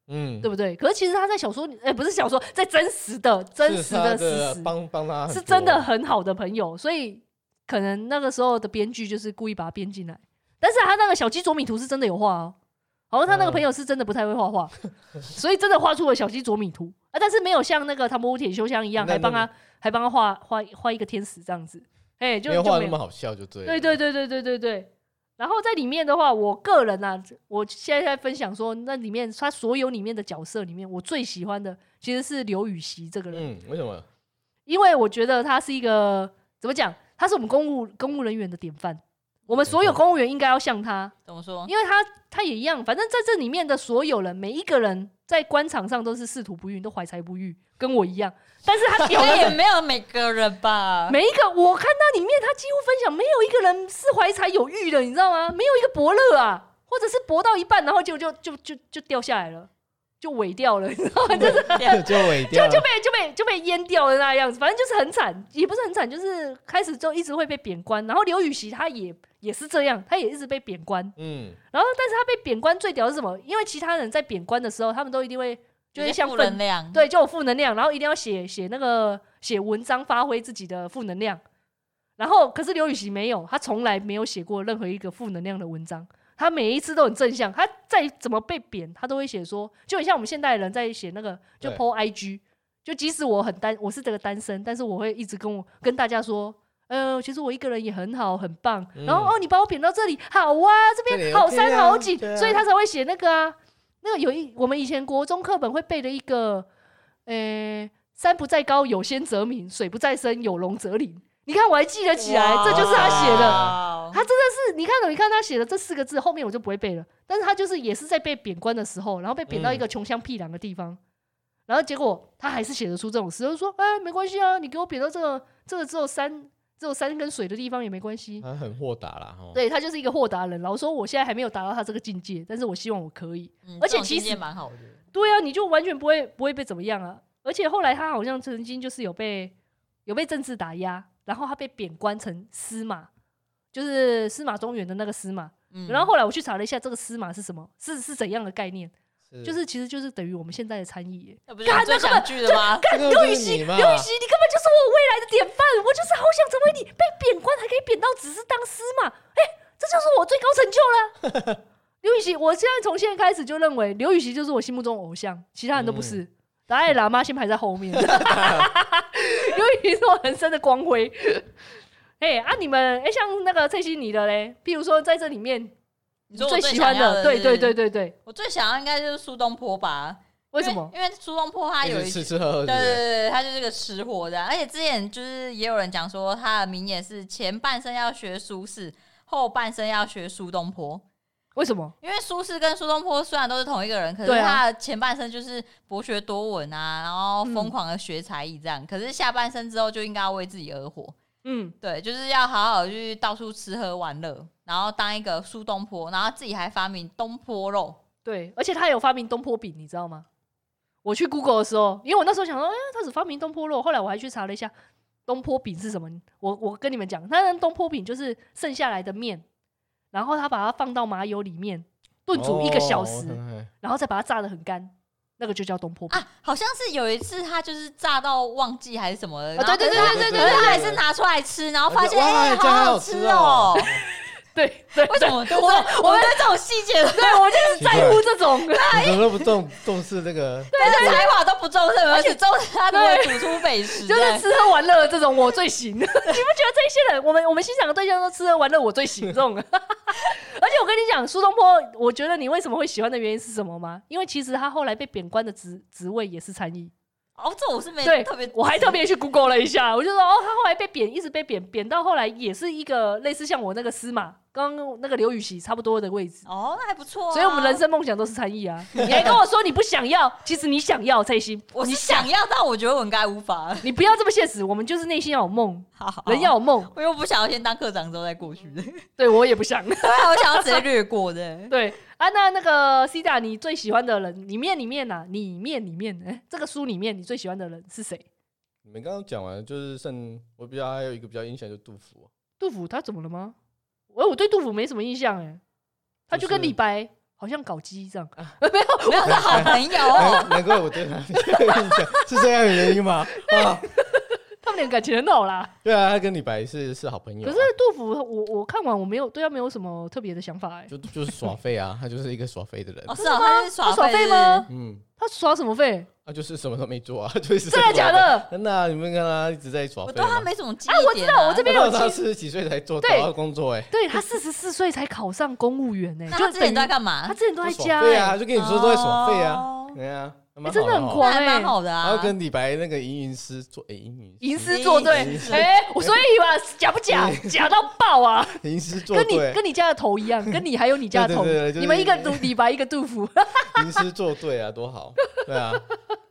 [SPEAKER 2] 嗯，
[SPEAKER 1] 对不对？可是其实他在小说里，哎、不是小说，在真实的真
[SPEAKER 2] 是
[SPEAKER 1] 实
[SPEAKER 2] 他
[SPEAKER 1] 的
[SPEAKER 2] 的
[SPEAKER 1] 事实
[SPEAKER 2] 帮帮他很
[SPEAKER 1] 是
[SPEAKER 2] 多
[SPEAKER 1] 真的很好的朋友，所以可能那个时候的编剧就是故意把他编进来。但是他那个小鸡啄米图是真的有画哦，好像他那个
[SPEAKER 2] 嗯
[SPEAKER 1] 朋友是真的不太会画画，所以真的画出了小鸡啄米图啊，但是没有像那个唐伯虎铁秋香一样，
[SPEAKER 2] 那
[SPEAKER 1] 还帮
[SPEAKER 2] 那
[SPEAKER 1] 他还帮他画画画一个天使这样子，哎、就
[SPEAKER 2] 没有
[SPEAKER 1] 就
[SPEAKER 2] 画
[SPEAKER 1] 没
[SPEAKER 2] 那
[SPEAKER 1] 有
[SPEAKER 2] 么好笑，就对了，
[SPEAKER 1] 对对对对对对对。然后在里面的话，我个人啊，我现在在分享说，那里面他所有里面的角色里面，我最喜欢的其实是刘禹锡这个人。
[SPEAKER 2] 嗯，为什么？
[SPEAKER 1] 因为我觉得他是一个怎么讲，他是我们公务公务人员的典范。我们所有公务员应该要像他，
[SPEAKER 3] 怎么说？
[SPEAKER 1] 因为他他也一样，反正在这里面的所有人，每一个人在官场上都是仕途不遇，都怀才不遇，跟我一样。但是他
[SPEAKER 3] 应
[SPEAKER 1] 屌
[SPEAKER 3] 该
[SPEAKER 1] 的
[SPEAKER 3] 也
[SPEAKER 1] 人，
[SPEAKER 3] 没有每个人吧？
[SPEAKER 1] 每一个我看他里面，他几乎分享没有一个人是怀才有遇的，你知道吗？没有一个伯乐啊，或者是博到一半，然后就就就就就掉下来了，就萎掉了，你知道吗？就是
[SPEAKER 2] 就就尾
[SPEAKER 1] 就
[SPEAKER 2] 掉了，
[SPEAKER 1] 就被就被就被淹掉的那样子，反正就是很惨，也不是很惨，就是开始就一直会被贬官。然后刘禹锡他也也是这样，他也一直被贬官。
[SPEAKER 2] 嗯，
[SPEAKER 1] 然后，但是他被贬官最屌的是什么？因为其他人在贬官的时候，他们都一定会 就会像
[SPEAKER 3] 负能
[SPEAKER 1] 愤
[SPEAKER 2] 哦
[SPEAKER 3] 量，
[SPEAKER 1] 对，就有负能量，然后一定要写写那个写文章发挥自己的负能量。然后，可是刘禹锡没有，他从来没有写过任何一个负能量的文章，他每一次都很正向。他再怎么被贬，他都会写说，就很像我们现代人在写那个就
[SPEAKER 2] 对
[SPEAKER 1] PO IG，就即使我很单，我是这个单身，但是我会一直跟我跟大家说。呃，其实我一个人也很好，很棒。然后
[SPEAKER 2] 嗯
[SPEAKER 1] 哦，你把我贬到这里，好啊，这
[SPEAKER 2] 这
[SPEAKER 1] 边
[SPEAKER 2] 里
[SPEAKER 1] 好
[SPEAKER 2] OK
[SPEAKER 1] 山
[SPEAKER 2] 啊
[SPEAKER 1] 好景，
[SPEAKER 2] 对啊
[SPEAKER 1] 所以他才会写那个啊。那个有一我们以前国中课本会背的一个，呃，山不在高，有仙则名；水不在深，有龙则灵。你看我还记得起来，这就是他写的。
[SPEAKER 3] 的
[SPEAKER 1] 他真的是，你看哦你看他写的这四个字，后面我就不会背了。但是他就是也是在被贬官的时候，然后被贬到一个穷乡僻壤的地方，然后结果他还是写得出这种诗，就说：“哎、没关系啊，你给我贬到这个这个只有山只有山跟水的地方也没关系。”
[SPEAKER 2] 他很豁达啦，哈，
[SPEAKER 1] 对他就是一个豁达人，然后说我现在还没有达到他这个境界，但是我希望我可以。
[SPEAKER 3] 嗯
[SPEAKER 1] 而且
[SPEAKER 3] 这种
[SPEAKER 1] 其
[SPEAKER 3] 境界
[SPEAKER 1] 实
[SPEAKER 3] 蛮好的，
[SPEAKER 1] 对啊，你就完全不会不会被怎么样啊。而且后来他好像曾经就是有被有被政治打压，然后他被贬官成司马，就是司马中原的那个司马。
[SPEAKER 3] 嗯
[SPEAKER 1] 然后后来我去查了一下，这个司马是什么，是是怎样的概念？就是是其实就是等于我们现在的参议耶。
[SPEAKER 3] 那不是
[SPEAKER 1] 干
[SPEAKER 3] 你最
[SPEAKER 1] 那根本
[SPEAKER 3] 想去的吗？
[SPEAKER 1] 看
[SPEAKER 2] 这个
[SPEAKER 1] 刘禹
[SPEAKER 2] 就是
[SPEAKER 1] 锡，
[SPEAKER 2] 你嘛
[SPEAKER 1] 刘禹锡，你根本就是我未来的典范，我就是好想成为你。被贬官还可以贬到只是当司马，哎、这就是我最高成就了。 刘禹锡，我现在从现在开始就认为刘禹锡就是我心目中的偶像，其他人都不是。
[SPEAKER 2] 嗯
[SPEAKER 1] 达赖喇嘛先排在后面， 刘禹锡是我人生的光辉。哎、啊，你们哎、像那个蔡西尼的嘞，譬如说在这里面
[SPEAKER 3] 你说我
[SPEAKER 1] 最
[SPEAKER 3] 最
[SPEAKER 1] 喜
[SPEAKER 3] 想
[SPEAKER 1] 欢
[SPEAKER 3] 要的，
[SPEAKER 1] 对对对，对对，
[SPEAKER 3] 我最想要应该就是苏东坡吧？
[SPEAKER 1] 为什
[SPEAKER 3] 因
[SPEAKER 1] 么？
[SPEAKER 3] 因为苏东坡他有
[SPEAKER 2] 一
[SPEAKER 3] 一
[SPEAKER 2] 直吃吃喝喝，
[SPEAKER 3] 对对对，他就是个吃货的，而且之前就是也有人讲说，他的名言是前半生要学苏轼，后半生要学苏东坡。
[SPEAKER 1] 为什么？
[SPEAKER 3] 因为苏轼跟苏东坡虽然都是同一个人，可是
[SPEAKER 1] 对啊
[SPEAKER 3] 他的前半生就是博学多闻啊，然后疯狂的学才艺这样。可是下半生之后就应该要为自己而活，
[SPEAKER 1] 嗯，
[SPEAKER 3] 对，就是要好好去到处吃喝玩乐，然后当一个苏东坡，然后自己还发明东坡肉。
[SPEAKER 1] 对，而且他有发明东坡饼，你知道吗？我去 Google 的时候，因为我那时候想说，哎、他只发明东坡肉，后来我还去查了一下，东坡饼是什么？我我跟你们讲，他的东坡饼就是剩下来的面，然后他把它放到麻油里面炖煮一个小时，
[SPEAKER 2] 哦
[SPEAKER 1] 然后再把它炸得很干，那个就叫东坡饼。
[SPEAKER 3] 啊，好像是有一次他就是炸到忘记还是什么的，
[SPEAKER 1] 啊对对
[SPEAKER 3] 然后
[SPEAKER 2] 对对对对
[SPEAKER 3] 可是他
[SPEAKER 2] 对对
[SPEAKER 3] 还是拿出来吃，然后发现
[SPEAKER 2] 哇
[SPEAKER 3] 哎、
[SPEAKER 2] 这样
[SPEAKER 3] 好
[SPEAKER 2] 好
[SPEAKER 3] 吃
[SPEAKER 2] 吃
[SPEAKER 3] 哦
[SPEAKER 2] 哦、
[SPEAKER 1] 对对，
[SPEAKER 3] 为什么我我们对这种细节的
[SPEAKER 1] 对，我们就是在乎这种，
[SPEAKER 2] 你怎么都不重重视这个？
[SPEAKER 3] 才华都不重视，而且重视他如何煮出美食，
[SPEAKER 1] 就是吃喝玩乐这种，我最 行。你不觉得这一些人，我们我们欣赏的对象都吃喝玩乐，我最行这种。 而且我跟你讲，苏东坡，我觉得你为什么会喜欢的原因是什么吗？因为其实他后来被贬官的职职位也是参议，
[SPEAKER 3] 哦，这我是没
[SPEAKER 1] 对
[SPEAKER 3] 特别，，
[SPEAKER 1] 我还特别去 Google 了一下，我就说哦，他后来被贬，一直被贬，贬到后来也是一个类似像我那个司马，刚刚那个刘禹锡差不多的位置。
[SPEAKER 3] 哦，那还不错、啊。
[SPEAKER 1] 所以，我们人生梦想都是参议 啊！你还跟我说你不想要，其实你想要，蔡心，
[SPEAKER 3] 我是想要，但我觉得我应该无法。
[SPEAKER 1] 你不要这么现实。我们就是内心要有梦，
[SPEAKER 3] 好好
[SPEAKER 1] 人要，有梦。
[SPEAKER 3] 我又不想要先当科长之后再 过去的，
[SPEAKER 1] 对我也不想。
[SPEAKER 3] 对啊，我想要直接略过的。
[SPEAKER 1] 对啊，那那个 C 大，你最喜欢的人里面里面呐、里面里面， 哎、这个书里面你最喜欢的人是谁？
[SPEAKER 2] 你们刚刚讲完，就是剩我比较还有一个比较印象就是杜甫，
[SPEAKER 1] 杜甫他怎么了吗？我我对杜甫没什么印象哎、他就跟
[SPEAKER 2] 就是啊
[SPEAKER 1] 李白好像搞基这样。
[SPEAKER 3] 没有，是好朋
[SPEAKER 1] 哦
[SPEAKER 3] 友。
[SPEAKER 2] 哦哎难难怪我对他没有印象，是这样的原因吗？啊，
[SPEAKER 1] 他们俩感情很好 啦，
[SPEAKER 2] 对啊，他跟李白是是好朋友
[SPEAKER 1] 可
[SPEAKER 2] 啊，
[SPEAKER 1] 是杜甫我我看完我没有对他没有什么特别的想法哎、
[SPEAKER 2] 就就是耍废啊，他就是一个耍废的人
[SPEAKER 3] 哦，，是哦，他是耍
[SPEAKER 1] 他啊耍
[SPEAKER 3] 废
[SPEAKER 1] 废吗？？
[SPEAKER 2] 嗯，
[SPEAKER 1] 他耍什么废？
[SPEAKER 2] 他就是什么都没做啊， 就是
[SPEAKER 1] 真的假？的？
[SPEAKER 2] 真的啊，你们看他一直在耍
[SPEAKER 3] 是不是
[SPEAKER 2] 废
[SPEAKER 3] 我对啊他
[SPEAKER 2] 吗，
[SPEAKER 3] 没什么记忆点啊。
[SPEAKER 1] 我这边
[SPEAKER 2] 我
[SPEAKER 1] 有
[SPEAKER 2] 到他
[SPEAKER 1] 记，
[SPEAKER 2] 四十几岁才做
[SPEAKER 1] 对
[SPEAKER 2] 找到工作，哎，
[SPEAKER 1] 对他四十四岁才考上公务员呢、哎
[SPEAKER 3] 那
[SPEAKER 1] 就
[SPEAKER 3] 他之
[SPEAKER 1] 等
[SPEAKER 3] 前
[SPEAKER 1] 于
[SPEAKER 3] 都在干嘛
[SPEAKER 1] 他？之前都在
[SPEAKER 2] 就
[SPEAKER 1] 家、
[SPEAKER 2] 耍废啊，
[SPEAKER 1] 欸，
[SPEAKER 2] 就跟你说都在耍废啊，对啊，蛮好
[SPEAKER 1] 真的很
[SPEAKER 2] 蛮好
[SPEAKER 1] 狂
[SPEAKER 3] 那还蛮好的
[SPEAKER 2] 然后
[SPEAKER 3] 啊。
[SPEAKER 2] 跟李白那个吟吟诗做，哎，吟
[SPEAKER 1] 吟
[SPEAKER 2] 吟
[SPEAKER 1] 诗作对
[SPEAKER 2] 吟，诗
[SPEAKER 1] 哎、我所以嘛，假不 假？假到爆啊！
[SPEAKER 2] 诗吟诗作
[SPEAKER 1] 跟你
[SPEAKER 2] 对，
[SPEAKER 1] 跟你家的头一 样，跟你还有你家的头，
[SPEAKER 2] 对对对就是
[SPEAKER 1] 你们一个读李白，一个杜 甫。
[SPEAKER 2] 吟诗作对啊，多好，对啊，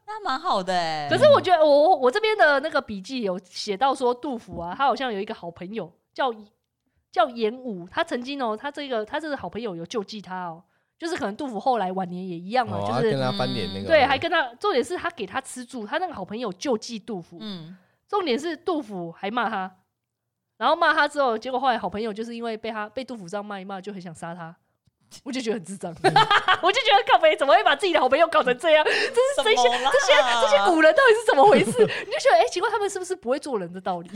[SPEAKER 3] 那蛮好的哎、
[SPEAKER 1] 可是我觉得我我这边的那个笔记有写到说，杜甫啊，他好像有一个好朋友叫叫严武，他曾经哦，他这个他这个好朋友有救济他哦，就是可能杜甫后来晚年也一样嘛，
[SPEAKER 2] 哦
[SPEAKER 1] 就
[SPEAKER 2] 他
[SPEAKER 1] 是
[SPEAKER 2] 跟他翻脸那
[SPEAKER 3] 嗯
[SPEAKER 2] 个，
[SPEAKER 1] 对，还跟他重点是他给他吃住，他那个好朋友救济杜甫，
[SPEAKER 3] 嗯，
[SPEAKER 1] 重点是杜甫还骂他，然后骂他之后，结果后来好朋友就是因为被他被杜甫这样骂一骂，就很想杀他。我就觉得很智 障，我就觉得靠北怎么会把自己的好朋友搞成这样？这是谁
[SPEAKER 2] 啊
[SPEAKER 1] 先？
[SPEAKER 3] 这
[SPEAKER 1] 这些这些哦古人到底是怎么回事？你就觉得哎、奇怪，他们是不是不会做人的道理？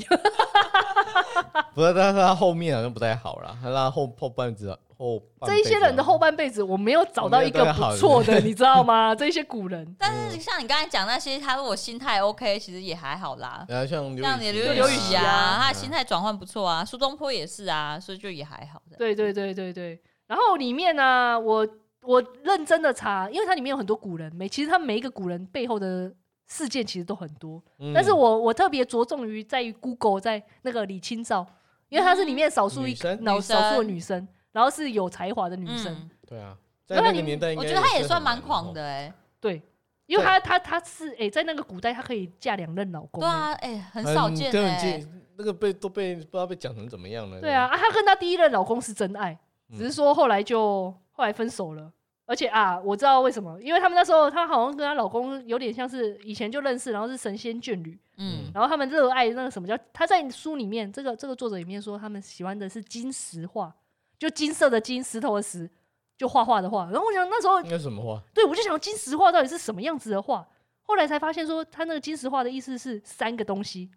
[SPEAKER 2] 不是，但是他后面好像不太好啦，他他后后半子啊后半
[SPEAKER 1] 这一些
[SPEAKER 2] 辈子
[SPEAKER 1] 人的后半辈子，我没有找到一
[SPEAKER 2] 啊我
[SPEAKER 1] 个
[SPEAKER 2] 没有对他
[SPEAKER 1] 不
[SPEAKER 2] 好
[SPEAKER 1] 错的，你知道吗？这一些古人，
[SPEAKER 3] 但是像你刚才讲那些，他如果心态 OK，其实也还好啦。
[SPEAKER 2] 然后像
[SPEAKER 3] 像你
[SPEAKER 2] 刘
[SPEAKER 3] 刘
[SPEAKER 1] 刘
[SPEAKER 3] 禹
[SPEAKER 1] 禹
[SPEAKER 3] 锡
[SPEAKER 1] 锡
[SPEAKER 3] 啊，
[SPEAKER 1] 啊
[SPEAKER 3] 他的心态转换不错啊，苏东坡也是啊，所以就也还好的。
[SPEAKER 1] 对对对对对。然后里面呢、我我认真的查，因为它里面有很多古人，每其实他们每一个古人背后的事件其实都很多。
[SPEAKER 2] 嗯
[SPEAKER 1] 但是我我特别着重于在于 Google 在那个李清照，因为她是里面少数一
[SPEAKER 2] 嗯女生
[SPEAKER 1] 老
[SPEAKER 3] 女生
[SPEAKER 1] 少数的女生，然后是有才华的女生，
[SPEAKER 3] 嗯
[SPEAKER 2] 对啊，
[SPEAKER 1] 没
[SPEAKER 2] 在
[SPEAKER 1] 有
[SPEAKER 2] 那
[SPEAKER 1] 你
[SPEAKER 2] 个年代应该
[SPEAKER 3] 我觉
[SPEAKER 2] 是很难的，
[SPEAKER 3] 得他也算蛮
[SPEAKER 1] 哦
[SPEAKER 3] 狂的哎、
[SPEAKER 1] 对，因为她她她是诶、在那个古代她可以嫁两任老公、欸
[SPEAKER 3] 对啊，哎、很少见
[SPEAKER 2] 对
[SPEAKER 3] 哎、
[SPEAKER 2] 很近那个被都被不知道被讲成怎么样了。
[SPEAKER 1] 对啊，啊她跟她第一任老公是真爱，
[SPEAKER 2] 嗯
[SPEAKER 1] 只是说后来就后来分手了。而且啊，我知道为什么，因为他们那时候她好像跟她老公有点像是以前就认识，然后是神仙眷侣，
[SPEAKER 3] 嗯，
[SPEAKER 1] 然后他们热爱那个什么叫他在书里面这个这个作者里面说他们喜欢的是金石画，就金色的金，石头的石，就画画的画。然后我想那时候
[SPEAKER 2] 应该是什么话？
[SPEAKER 1] 对我就想金石画到底是什么样子的画，后来才发现说他那个金石画的意思是三个东西，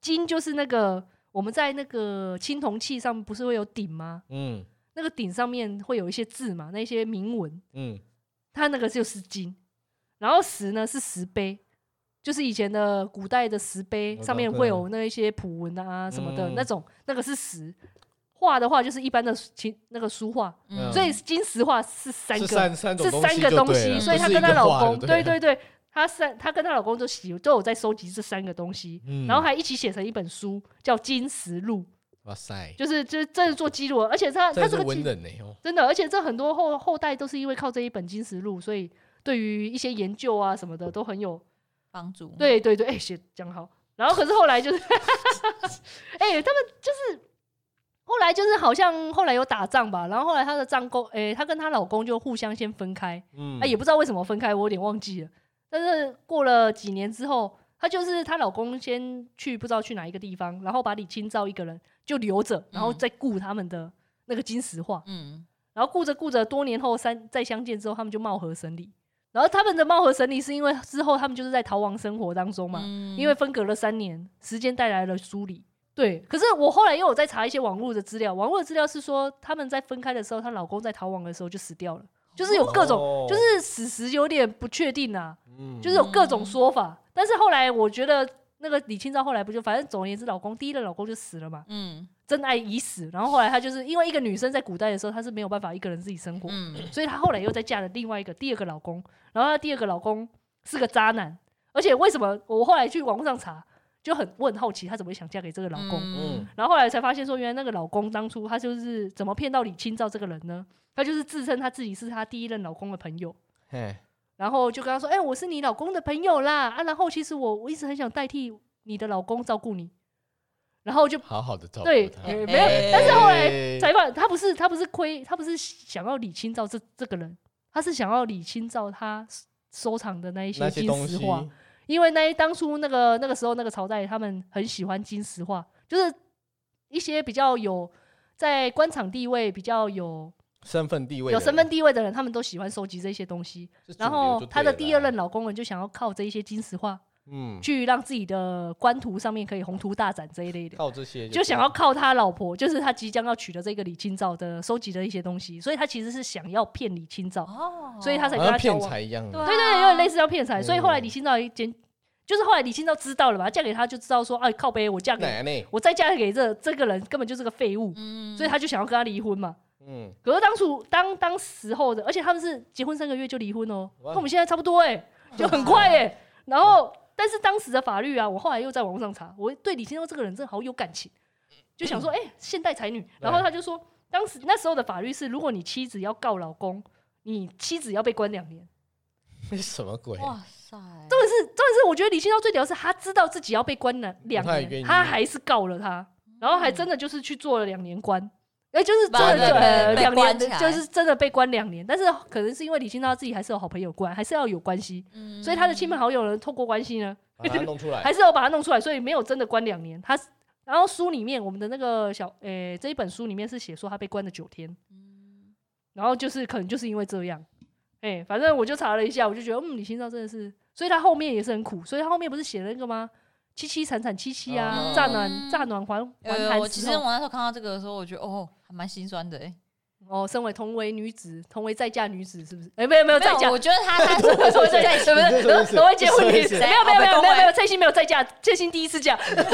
[SPEAKER 1] 金就是那个我们在那个青铜器上不是会有鼎吗？
[SPEAKER 2] 嗯
[SPEAKER 1] 那个鼎上面会有一些字嘛，那些铭文，
[SPEAKER 2] 嗯，
[SPEAKER 1] 它那个就是金，然后石呢是石碑，就是以前的古代的石碑
[SPEAKER 2] 我
[SPEAKER 1] 上面
[SPEAKER 2] 懂
[SPEAKER 1] 会
[SPEAKER 2] 哦对
[SPEAKER 1] 有那一些铭文啊什么的、
[SPEAKER 2] 嗯
[SPEAKER 1] 那种，那个是石。画的话就是一般的青那个书画，
[SPEAKER 3] 嗯
[SPEAKER 2] 嗯
[SPEAKER 1] 所以金石画是三
[SPEAKER 2] 是
[SPEAKER 1] 个
[SPEAKER 2] 三三种
[SPEAKER 1] 是三个
[SPEAKER 2] 就
[SPEAKER 1] 东
[SPEAKER 2] 对
[SPEAKER 1] 西，
[SPEAKER 2] 了
[SPEAKER 1] 所以
[SPEAKER 2] 不
[SPEAKER 1] 她
[SPEAKER 2] 是
[SPEAKER 1] 跟
[SPEAKER 2] 一
[SPEAKER 1] 她
[SPEAKER 2] 个
[SPEAKER 1] 老
[SPEAKER 2] 话了
[SPEAKER 1] 公，
[SPEAKER 2] 对
[SPEAKER 1] 对对对，她三她跟她老公都喜都有在收集这三个东西，
[SPEAKER 2] 嗯
[SPEAKER 1] 然后还一起写成一本书叫《金石录
[SPEAKER 2] 哇塞》，，
[SPEAKER 1] 就是就是真的做记录了，而且她她
[SPEAKER 2] 真
[SPEAKER 1] 这
[SPEAKER 2] 的
[SPEAKER 1] 个
[SPEAKER 2] 是
[SPEAKER 1] 记
[SPEAKER 2] 文人呢哦。
[SPEAKER 1] 真的，而且这很多后后代都是因为靠这一本《金石录》，所以对于一些研究啊什么的都很有。
[SPEAKER 3] 帮助。
[SPEAKER 1] 对对对，哎、写讲好。然后可是后来就是， 哎、他们就是后来就是好像后来有打仗吧，然后后来她的丈公，哎、她跟她老公就互相先分开，
[SPEAKER 2] 嗯
[SPEAKER 1] 啊，也不知道为什么分开，我有点忘记了。但是过了几年之后，她就是她老公先去不知道去哪一个地方，然后把李清照一个人就留着，然后
[SPEAKER 3] 嗯
[SPEAKER 1] 再雇他们的那个金石画。
[SPEAKER 3] 嗯，
[SPEAKER 1] 然后顾着顾着，多年后三再相见之后，他们就貌合神离。然后他们的貌合神离是因为之后他们就是在逃亡生活当中嘛，
[SPEAKER 3] 嗯
[SPEAKER 1] 因为分隔了三年，时间带来了疏离。对，可是我后来又有在查一些网络的资料，网络的资料是说他们在分开的时候，她老公在逃亡的时候就死掉了，就是有各种，
[SPEAKER 2] 哦
[SPEAKER 1] 就是史实有点不确定啊，
[SPEAKER 2] 嗯
[SPEAKER 1] 就是有各种说法。但是后来我觉得那个李清照后来不就，反正总而言之，老公第一任老公就死了嘛，
[SPEAKER 3] 嗯
[SPEAKER 1] 真爱已死。然后后来她就是因为一个女生在古代的时候，她是没有办法一个人自己生活，
[SPEAKER 3] 嗯
[SPEAKER 1] 所以她后来又再嫁了另外一个第二个老公，然后她第二个老公是个渣男，而且为什么我后来去网络上查，就很我很好奇她怎么会想嫁给这 个老公，
[SPEAKER 2] 嗯
[SPEAKER 3] 嗯
[SPEAKER 1] 然后后来才发现说，原来那个老公当初他就是怎么骗到李清照这个人呢？他就是自称他自己是她第一任老公的朋友。
[SPEAKER 2] 嘿
[SPEAKER 1] 然后就跟他说：“哎、我是你老公的朋友啦啊！然后其实我我一直很想代替你的老公照顾你，然后就
[SPEAKER 2] 好好的照顾
[SPEAKER 1] 对，
[SPEAKER 2] 他
[SPEAKER 1] 呃没
[SPEAKER 3] 哎
[SPEAKER 1] 有。但是后
[SPEAKER 2] 哎
[SPEAKER 1] 来采访他不是他不是亏，他不是想要李清照这这个人，他是想要李清照他收藏的那一些
[SPEAKER 2] 那些
[SPEAKER 1] 金
[SPEAKER 2] 东
[SPEAKER 1] 石
[SPEAKER 2] 西
[SPEAKER 1] 画，因为那一当初那个那个时候那个朝代他们很喜欢金石画，就是一些比较有在官场地位比较有
[SPEAKER 2] 身份地位
[SPEAKER 1] 有
[SPEAKER 2] 的
[SPEAKER 1] 身
[SPEAKER 2] 人
[SPEAKER 1] 份地位的人，他们都喜欢收集这些东西。
[SPEAKER 2] 是主
[SPEAKER 1] 然
[SPEAKER 2] 流
[SPEAKER 1] 后
[SPEAKER 2] 就
[SPEAKER 1] 她
[SPEAKER 2] 对
[SPEAKER 1] 的
[SPEAKER 2] 了
[SPEAKER 1] 第
[SPEAKER 2] 啦
[SPEAKER 1] 二任老公人就想要靠这一些金石画
[SPEAKER 2] 嗯
[SPEAKER 1] 去让自己的官途上面可以宏图大展这一类的。
[SPEAKER 2] 靠这些
[SPEAKER 1] 就想要靠他老婆，就是他即将要娶的这个李清照的收集的一些东西，所以他其实是想要骗李清照，
[SPEAKER 3] 哦
[SPEAKER 1] 所以他才
[SPEAKER 2] 好
[SPEAKER 1] 跟他
[SPEAKER 2] 像
[SPEAKER 1] 交
[SPEAKER 2] 骗
[SPEAKER 1] 往。
[SPEAKER 2] 财一样啊，
[SPEAKER 1] 对对，有点类
[SPEAKER 3] 似
[SPEAKER 1] 似要骗财，所以后来
[SPEAKER 2] 嗯
[SPEAKER 1] 李清照一间，就是后来李清照知道了吧，嫁给他就知道说，哎，靠背，我嫁给
[SPEAKER 2] 奶奶，
[SPEAKER 1] 我再嫁给这这个人根本就是个废物，
[SPEAKER 3] 嗯
[SPEAKER 1] 所以他就想要跟他离婚嘛。
[SPEAKER 2] 嗯，
[SPEAKER 1] 可是当初当当时候的，而且他们是结婚三个月就离婚哦，
[SPEAKER 2] 哇
[SPEAKER 1] 跟我们现在差不多哎、 就很快哎、然后，但是当时的法律啊，我后来又在网络上查，我对李清照这个人真的好有感情，就想说， 哎、现代才女。然后他就说，当时那时候的法律是，如果你妻子要告老公，你妻子要被关两年。
[SPEAKER 2] 什么鬼？
[SPEAKER 3] 哇塞，
[SPEAKER 1] 重点是，重点是，我觉得李清照最屌的是，她知道自己要被关了两
[SPEAKER 2] 他也愿
[SPEAKER 1] 年，
[SPEAKER 2] 意
[SPEAKER 1] 她还是告了他，然后还真的就是去做了两年官，哎、就是真
[SPEAKER 3] 把
[SPEAKER 1] 的
[SPEAKER 3] 那
[SPEAKER 1] 就
[SPEAKER 3] 个
[SPEAKER 1] 呃
[SPEAKER 3] 被
[SPEAKER 1] 两
[SPEAKER 3] 关
[SPEAKER 1] 年，
[SPEAKER 3] 起来
[SPEAKER 1] 就是真的被关两年。但是可能是因为李清照自己还是有好朋友关，还是要有关系，
[SPEAKER 3] 嗯
[SPEAKER 1] 所以她的亲朋好友呢，透过关系呢，
[SPEAKER 2] 把它弄出来，
[SPEAKER 1] 还是有把它弄出来，所以没有真的关两年。他然后书里面我们的那个小诶、这一本书里面是写说他被关了九天，
[SPEAKER 3] 嗯
[SPEAKER 1] 然后就是可能就是因为这样，哎、反正我就查了一下，我就觉得嗯，李清照真的是，所以他后面也是很苦，所以他后面不是写了那个吗？凄凄惨惨戚戚啊，
[SPEAKER 2] 哦
[SPEAKER 1] 乍暖
[SPEAKER 3] 嗯
[SPEAKER 1] 乍暖还还
[SPEAKER 3] 呃，
[SPEAKER 1] 寒
[SPEAKER 3] 我其
[SPEAKER 1] 之
[SPEAKER 3] 实
[SPEAKER 1] 后，
[SPEAKER 3] 我那时候看到这个的时候，我觉得哦，还蛮心酸的哎、
[SPEAKER 1] 哦，身为同为女子，同为在嫁女子，是不是？哎、没有没有
[SPEAKER 3] 没
[SPEAKER 1] 在嫁
[SPEAKER 3] 有，，我觉得 他他是
[SPEAKER 1] 我说在嫁，不
[SPEAKER 2] 你这什么意思
[SPEAKER 1] 是同为结婚女子，
[SPEAKER 3] 什么意思
[SPEAKER 1] 没有没有没有没有
[SPEAKER 3] 哦被恭
[SPEAKER 1] 没
[SPEAKER 3] 维
[SPEAKER 1] 有，蔡心没有在嫁，蔡心第一次嫁，蔡心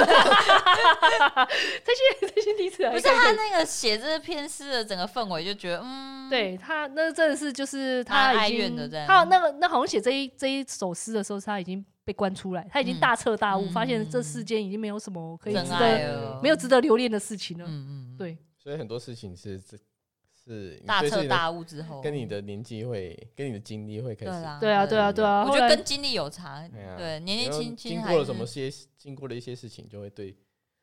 [SPEAKER 1] 蔡心第一次来，
[SPEAKER 3] 不是他那个写这篇诗的整个氛围，就觉得嗯，，
[SPEAKER 1] 对他，那真的是就是
[SPEAKER 3] 蛮
[SPEAKER 1] 他
[SPEAKER 3] 哀
[SPEAKER 1] 已
[SPEAKER 3] 怨的
[SPEAKER 1] 经
[SPEAKER 3] 这，样
[SPEAKER 1] 他那个那好像写这一这一首诗的时候，他已经被关出来，他已经
[SPEAKER 3] 嗯
[SPEAKER 1] 大彻大悟，
[SPEAKER 3] 嗯
[SPEAKER 1] 发现这世间已经没有什么可以值
[SPEAKER 3] 真
[SPEAKER 1] 得
[SPEAKER 3] 爱
[SPEAKER 2] 哦
[SPEAKER 3] 了，
[SPEAKER 1] 没有值得留恋的事情了。
[SPEAKER 3] 嗯，嗯嗯，
[SPEAKER 1] 对，
[SPEAKER 2] 所以很多事情是是是你
[SPEAKER 3] 大
[SPEAKER 2] 对自
[SPEAKER 3] 彻
[SPEAKER 2] 己的
[SPEAKER 3] 大悟之后，
[SPEAKER 2] 跟你的年纪会，跟你的经历会开
[SPEAKER 3] 对
[SPEAKER 2] 始。
[SPEAKER 3] 啦，
[SPEAKER 1] 对啊，对啊，对啊。
[SPEAKER 3] 我
[SPEAKER 1] 后
[SPEAKER 3] 觉得
[SPEAKER 1] 来
[SPEAKER 3] 跟经历有差，
[SPEAKER 2] 哎呀
[SPEAKER 3] 对，年
[SPEAKER 2] 然
[SPEAKER 3] 纪
[SPEAKER 2] 后
[SPEAKER 3] 轻轻
[SPEAKER 2] 经
[SPEAKER 3] 还
[SPEAKER 2] 过了
[SPEAKER 3] 是
[SPEAKER 2] 什么些，经过了一些事情，就会对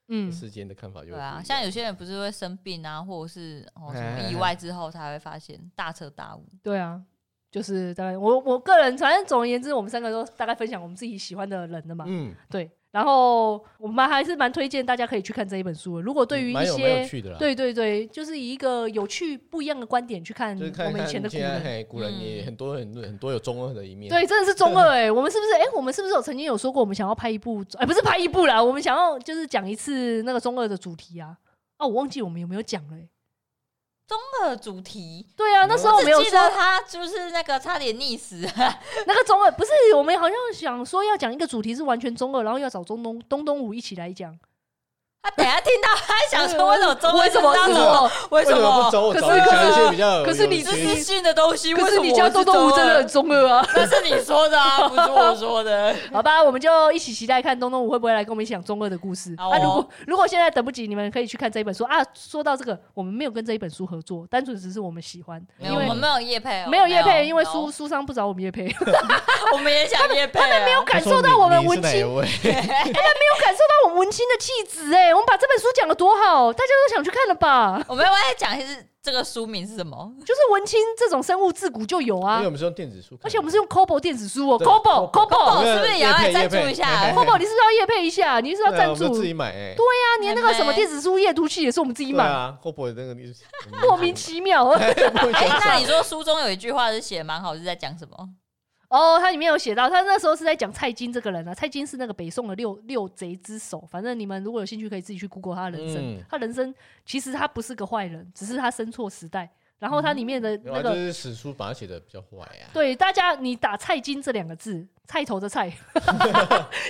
[SPEAKER 1] 嗯，
[SPEAKER 2] 世间的看法就会
[SPEAKER 3] 对
[SPEAKER 2] 不一
[SPEAKER 3] 啊，
[SPEAKER 2] 样
[SPEAKER 3] 像有些人不是会生病啊，或者是哦什
[SPEAKER 2] 哎哎
[SPEAKER 3] 么
[SPEAKER 2] 哎
[SPEAKER 3] 意外之后才会发现大彻大悟。
[SPEAKER 1] 对啊，就是大概我我个人，反正总而言之，我们三个都大概分享我们自己喜欢的人的嘛。
[SPEAKER 2] 嗯，
[SPEAKER 1] 对，然后我们还是蛮推荐大家可以去看这一本书的。如果对于
[SPEAKER 2] 嗯蛮
[SPEAKER 1] 一
[SPEAKER 2] 有蛮有
[SPEAKER 1] 些
[SPEAKER 2] 趣的啦，，
[SPEAKER 1] 对对对，就是以一个有趣不一样的观点去看
[SPEAKER 2] 就是
[SPEAKER 1] 我
[SPEAKER 2] 看
[SPEAKER 1] 们以
[SPEAKER 2] 看
[SPEAKER 1] 前的古
[SPEAKER 2] 现在
[SPEAKER 1] 人，
[SPEAKER 2] 嘿古人也
[SPEAKER 3] 嗯
[SPEAKER 2] 很多很多很多有中二的一面，
[SPEAKER 1] 对，真的是中二哎、我们是不是哎、我们是不是有曾经有说过，我们想要拍一部，哎、不是拍一部啦，我们想要就是讲一次那个中二的主题啊。啊，我忘记我们有没有讲了、欸。
[SPEAKER 3] 那个主题，
[SPEAKER 1] 对啊，那时候我
[SPEAKER 3] 我
[SPEAKER 1] 们
[SPEAKER 3] 只
[SPEAKER 1] 哦有
[SPEAKER 3] 记
[SPEAKER 1] 说
[SPEAKER 3] 得他就是那个差点溺死，
[SPEAKER 1] 那个中二，不是我们好像想说要讲一个主题是完全中二，然后要找中东东东武一起来讲。
[SPEAKER 3] 他等一下听到他想说为什么中文
[SPEAKER 1] 为什么
[SPEAKER 3] 是
[SPEAKER 1] 是
[SPEAKER 3] 这样
[SPEAKER 1] 我？
[SPEAKER 3] 为
[SPEAKER 2] 为什么不走？
[SPEAKER 1] 可是
[SPEAKER 2] 找一些比较有
[SPEAKER 1] 可是你
[SPEAKER 2] 有
[SPEAKER 3] 这
[SPEAKER 2] 趣
[SPEAKER 3] 是新的东西，
[SPEAKER 1] 可
[SPEAKER 3] 为
[SPEAKER 1] 是
[SPEAKER 3] 什
[SPEAKER 1] 你
[SPEAKER 3] 么
[SPEAKER 1] 叫
[SPEAKER 3] 我是
[SPEAKER 1] 东东武真的很中二啊！
[SPEAKER 3] 那是你说的 啊，不是我说 的。
[SPEAKER 1] 好吧，我们就一起期待看东东武会不会来跟我们一起讲中二的故事。
[SPEAKER 3] 好
[SPEAKER 1] 啊，如
[SPEAKER 3] 哦
[SPEAKER 1] 果如果现在等不及，你们可以去看这一本书啊。说到这个，我们没有跟这一本书合作，单纯只是我们喜欢，
[SPEAKER 3] 没
[SPEAKER 1] 因
[SPEAKER 3] 有，我
[SPEAKER 1] 为
[SPEAKER 3] 们没有叶配哦，
[SPEAKER 1] 没有叶配，因为
[SPEAKER 3] no
[SPEAKER 1] 书，书商不找我们叶 配，
[SPEAKER 3] 我们也想叶配啊。他们没有
[SPEAKER 1] 感受到我们文
[SPEAKER 2] 他说你你
[SPEAKER 1] 青
[SPEAKER 2] 是哪一，位？
[SPEAKER 1] 有感受到我们文青的气质哎！我们把这本书讲的多好，大家都想去看了吧？
[SPEAKER 3] 我们要不要再讲一下是这个书名是什么？
[SPEAKER 1] 就是文青这种生物自古就有
[SPEAKER 2] 因
[SPEAKER 1] 啊
[SPEAKER 2] 为，我们是用电子书看的，
[SPEAKER 1] 而且我们是用 Kobo 电子书哦
[SPEAKER 2] 对
[SPEAKER 1] ，Kobo Kobo
[SPEAKER 3] 哦，
[SPEAKER 2] 没有
[SPEAKER 3] 是不是也要来赞助一
[SPEAKER 2] 叶配叶
[SPEAKER 3] 下？
[SPEAKER 2] 配
[SPEAKER 1] Kobo，你是不是要叶配一下？你是不是要
[SPEAKER 2] 对啊
[SPEAKER 1] 赞
[SPEAKER 2] 我
[SPEAKER 1] 助？
[SPEAKER 2] 们自己
[SPEAKER 1] 对
[SPEAKER 2] 买哎，
[SPEAKER 1] 啊，连那个什么电子书阅读器也是我们自己
[SPEAKER 2] 对
[SPEAKER 1] 买，
[SPEAKER 2] 啊，会不会那个你
[SPEAKER 1] 莫名其妙。
[SPEAKER 2] 莫名其
[SPEAKER 3] 哎，
[SPEAKER 2] 妙
[SPEAKER 1] 啊
[SPEAKER 3] 那你说书中有一句话是写得蛮好，是在讲什么？
[SPEAKER 1] 哦，它里面有写到，他那时候是在讲蔡京这个人啊，蔡京是那个北宋的六六贼之首。反正你们如果有兴趣，可以自己去 Google 他的人生。
[SPEAKER 2] 嗯
[SPEAKER 1] 他人生其实他不是个坏人，只是他生错时代。然后他里面的
[SPEAKER 2] 没有
[SPEAKER 1] 那
[SPEAKER 2] 啊
[SPEAKER 1] 个、
[SPEAKER 2] 就是史书把它写的比较坏啊，
[SPEAKER 1] 对大家，你打“蔡京”这两个字，菜头的菜，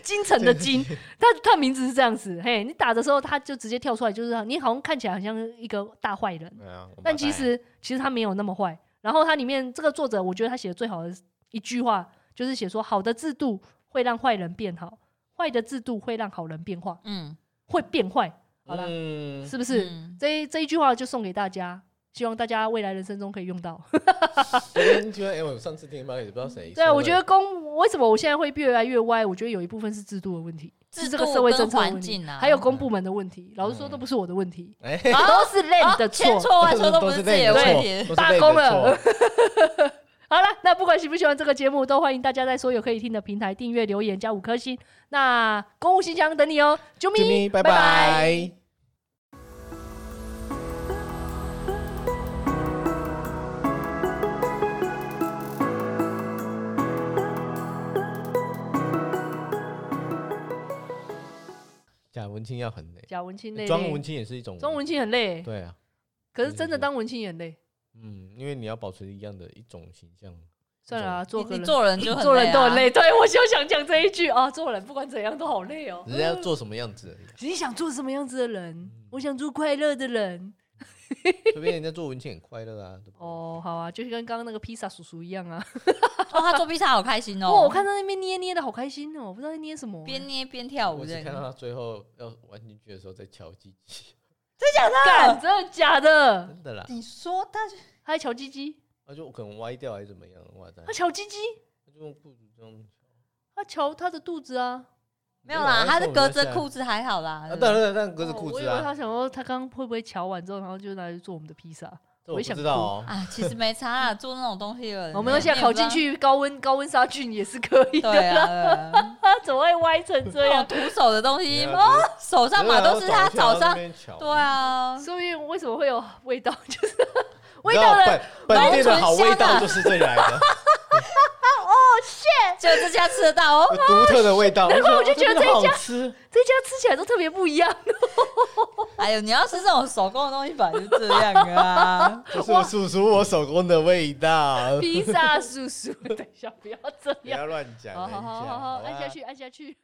[SPEAKER 1] 京城的京，他他名字是这样子。嘿，你打的时候，他就直接跳出来，就是你好像看起来很像一个大坏人，
[SPEAKER 2] 对啊，我们
[SPEAKER 1] 但
[SPEAKER 2] 把它
[SPEAKER 1] 其实其实他没有那么坏。然后他里面这个作者，我觉得他写的最好的一句话，就是写说好的制度会让坏人变好，坏的制度会让好人变坏，
[SPEAKER 3] 嗯，
[SPEAKER 1] 会变坏。好了，
[SPEAKER 2] 嗯，
[SPEAKER 1] 是不是？
[SPEAKER 3] 嗯
[SPEAKER 1] 这一这一句话就送给大家，希望大家未来人生中可以用 到。
[SPEAKER 2] 昨天觉得哎，我上次听吧也不知道谁，
[SPEAKER 1] 对啊，
[SPEAKER 2] 说
[SPEAKER 1] 我觉
[SPEAKER 2] 的
[SPEAKER 1] 得公为什么我现在会越来越歪？我觉得有一部分是制度的问题，是
[SPEAKER 3] 制
[SPEAKER 1] 这个
[SPEAKER 3] 度
[SPEAKER 1] 社会
[SPEAKER 3] 跟
[SPEAKER 1] 政策的问
[SPEAKER 3] 环
[SPEAKER 1] 题，
[SPEAKER 3] 境啊
[SPEAKER 1] 还有
[SPEAKER 2] 嗯
[SPEAKER 1] 公部门的问题。老实说，都不是我的问 题，
[SPEAKER 2] 哎。
[SPEAKER 1] 都是 l
[SPEAKER 3] 啊
[SPEAKER 1] a 的
[SPEAKER 3] 千
[SPEAKER 1] 错。
[SPEAKER 3] 错万错都不
[SPEAKER 2] 是
[SPEAKER 3] 是自己
[SPEAKER 2] 累
[SPEAKER 3] 的问
[SPEAKER 2] 的
[SPEAKER 3] 题。
[SPEAKER 2] 错
[SPEAKER 1] 罢工了。
[SPEAKER 2] 都是累的错
[SPEAKER 1] 好了，那不管喜不喜欢这个节目，都欢迎大家在所有可以听的平台订阅、留言、加五颗星。那公务信箱等你哦，啾
[SPEAKER 2] 啾
[SPEAKER 1] 咪，
[SPEAKER 2] 咪，拜拜。假文青要很累，
[SPEAKER 1] 假文青累，
[SPEAKER 2] 装文，青也是一种，
[SPEAKER 1] 装文青很累，
[SPEAKER 2] 对啊，
[SPEAKER 1] 可是真的当文青也很累。
[SPEAKER 2] 嗯，因为你要保持一样的一种形象，
[SPEAKER 1] 算了啊，做个
[SPEAKER 3] 你
[SPEAKER 1] 人，
[SPEAKER 3] 做人就很
[SPEAKER 1] 做人都很
[SPEAKER 3] 啊，
[SPEAKER 1] 累。对我就想讲这一句啊，做人不管怎样都好累哦。
[SPEAKER 2] 只 是要做什么样子而已。嗯
[SPEAKER 1] 你想做什么样子的人？我想做快乐的人。
[SPEAKER 2] 随便人家做文青很快乐啊，对不对？
[SPEAKER 1] 哦，好啊，就是跟刚刚那个披萨叔叔一样啊。
[SPEAKER 3] 哦，他做披萨好开心
[SPEAKER 1] 哇，
[SPEAKER 3] 哦，
[SPEAKER 1] 我看他那边捏捏的好开心哦，我不知道在捏什么、
[SPEAKER 3] 边捏边跳舞
[SPEAKER 2] 哦我
[SPEAKER 3] 的
[SPEAKER 2] 只看到他最后要玩进去的时候在敲鸡鸡，啊
[SPEAKER 1] 干，真的假的？
[SPEAKER 2] 真的啦，
[SPEAKER 3] 你说他是
[SPEAKER 1] 他还瞧鸡鸡，
[SPEAKER 2] 他就可能歪掉还是怎么样，哇塞，
[SPEAKER 1] 他瞧鸡鸡，
[SPEAKER 2] 他就用裤子这样。
[SPEAKER 1] 他瞧他的肚子啊。
[SPEAKER 3] 没有啦，他是隔着裤
[SPEAKER 2] 子，
[SPEAKER 3] 子还好啦。
[SPEAKER 2] 啊，
[SPEAKER 3] 对不
[SPEAKER 2] 当
[SPEAKER 3] 对
[SPEAKER 2] 然当然隔着裤
[SPEAKER 1] 哦我以
[SPEAKER 2] 子
[SPEAKER 1] 为
[SPEAKER 2] 啊，
[SPEAKER 1] 他想说他刚刚会不会瞧完之后，然后就拿去做我们的披萨。
[SPEAKER 2] 这我不
[SPEAKER 1] 也想
[SPEAKER 2] 知道哦。
[SPEAKER 3] 啊，其实没差啦，做那种东西的人，
[SPEAKER 2] 嗯
[SPEAKER 1] 我没关系啊，
[SPEAKER 3] 你也
[SPEAKER 1] 烤
[SPEAKER 3] 不
[SPEAKER 1] 进
[SPEAKER 3] 知道。
[SPEAKER 1] 去高温高温杀菌也是可以的。
[SPEAKER 3] 对啊，对 啊
[SPEAKER 1] 他怎么会歪成这
[SPEAKER 3] 那
[SPEAKER 1] 样
[SPEAKER 3] 种？徒手的东西，
[SPEAKER 2] 对
[SPEAKER 3] 哦，
[SPEAKER 2] 啊
[SPEAKER 3] 手上嘛都是他早上，对
[SPEAKER 2] 对，
[SPEAKER 3] 啊，
[SPEAKER 1] 所以为什么会有味道？就是
[SPEAKER 2] 你
[SPEAKER 1] 味
[SPEAKER 2] 知
[SPEAKER 1] 道
[SPEAKER 2] 道
[SPEAKER 1] 的
[SPEAKER 2] 本本地的好味
[SPEAKER 3] 浓醇香
[SPEAKER 2] 道
[SPEAKER 3] 啊
[SPEAKER 2] 就是这里来的，
[SPEAKER 3] 就这家吃得到哦。
[SPEAKER 2] 有独特的味道。然后
[SPEAKER 1] 我就觉得这一家
[SPEAKER 2] 好吃，
[SPEAKER 1] 这家吃起来都特别不一 样。
[SPEAKER 3] 哎呦，你要吃这种手工的东西，本来就这样啊。
[SPEAKER 2] 这是我叔叔我手工的味 道。
[SPEAKER 1] 披萨叔叔，等一下不要这
[SPEAKER 2] 不
[SPEAKER 1] 样。
[SPEAKER 2] 要乱讲，
[SPEAKER 1] 好好好好好，
[SPEAKER 2] 按
[SPEAKER 1] 按下去，按下去。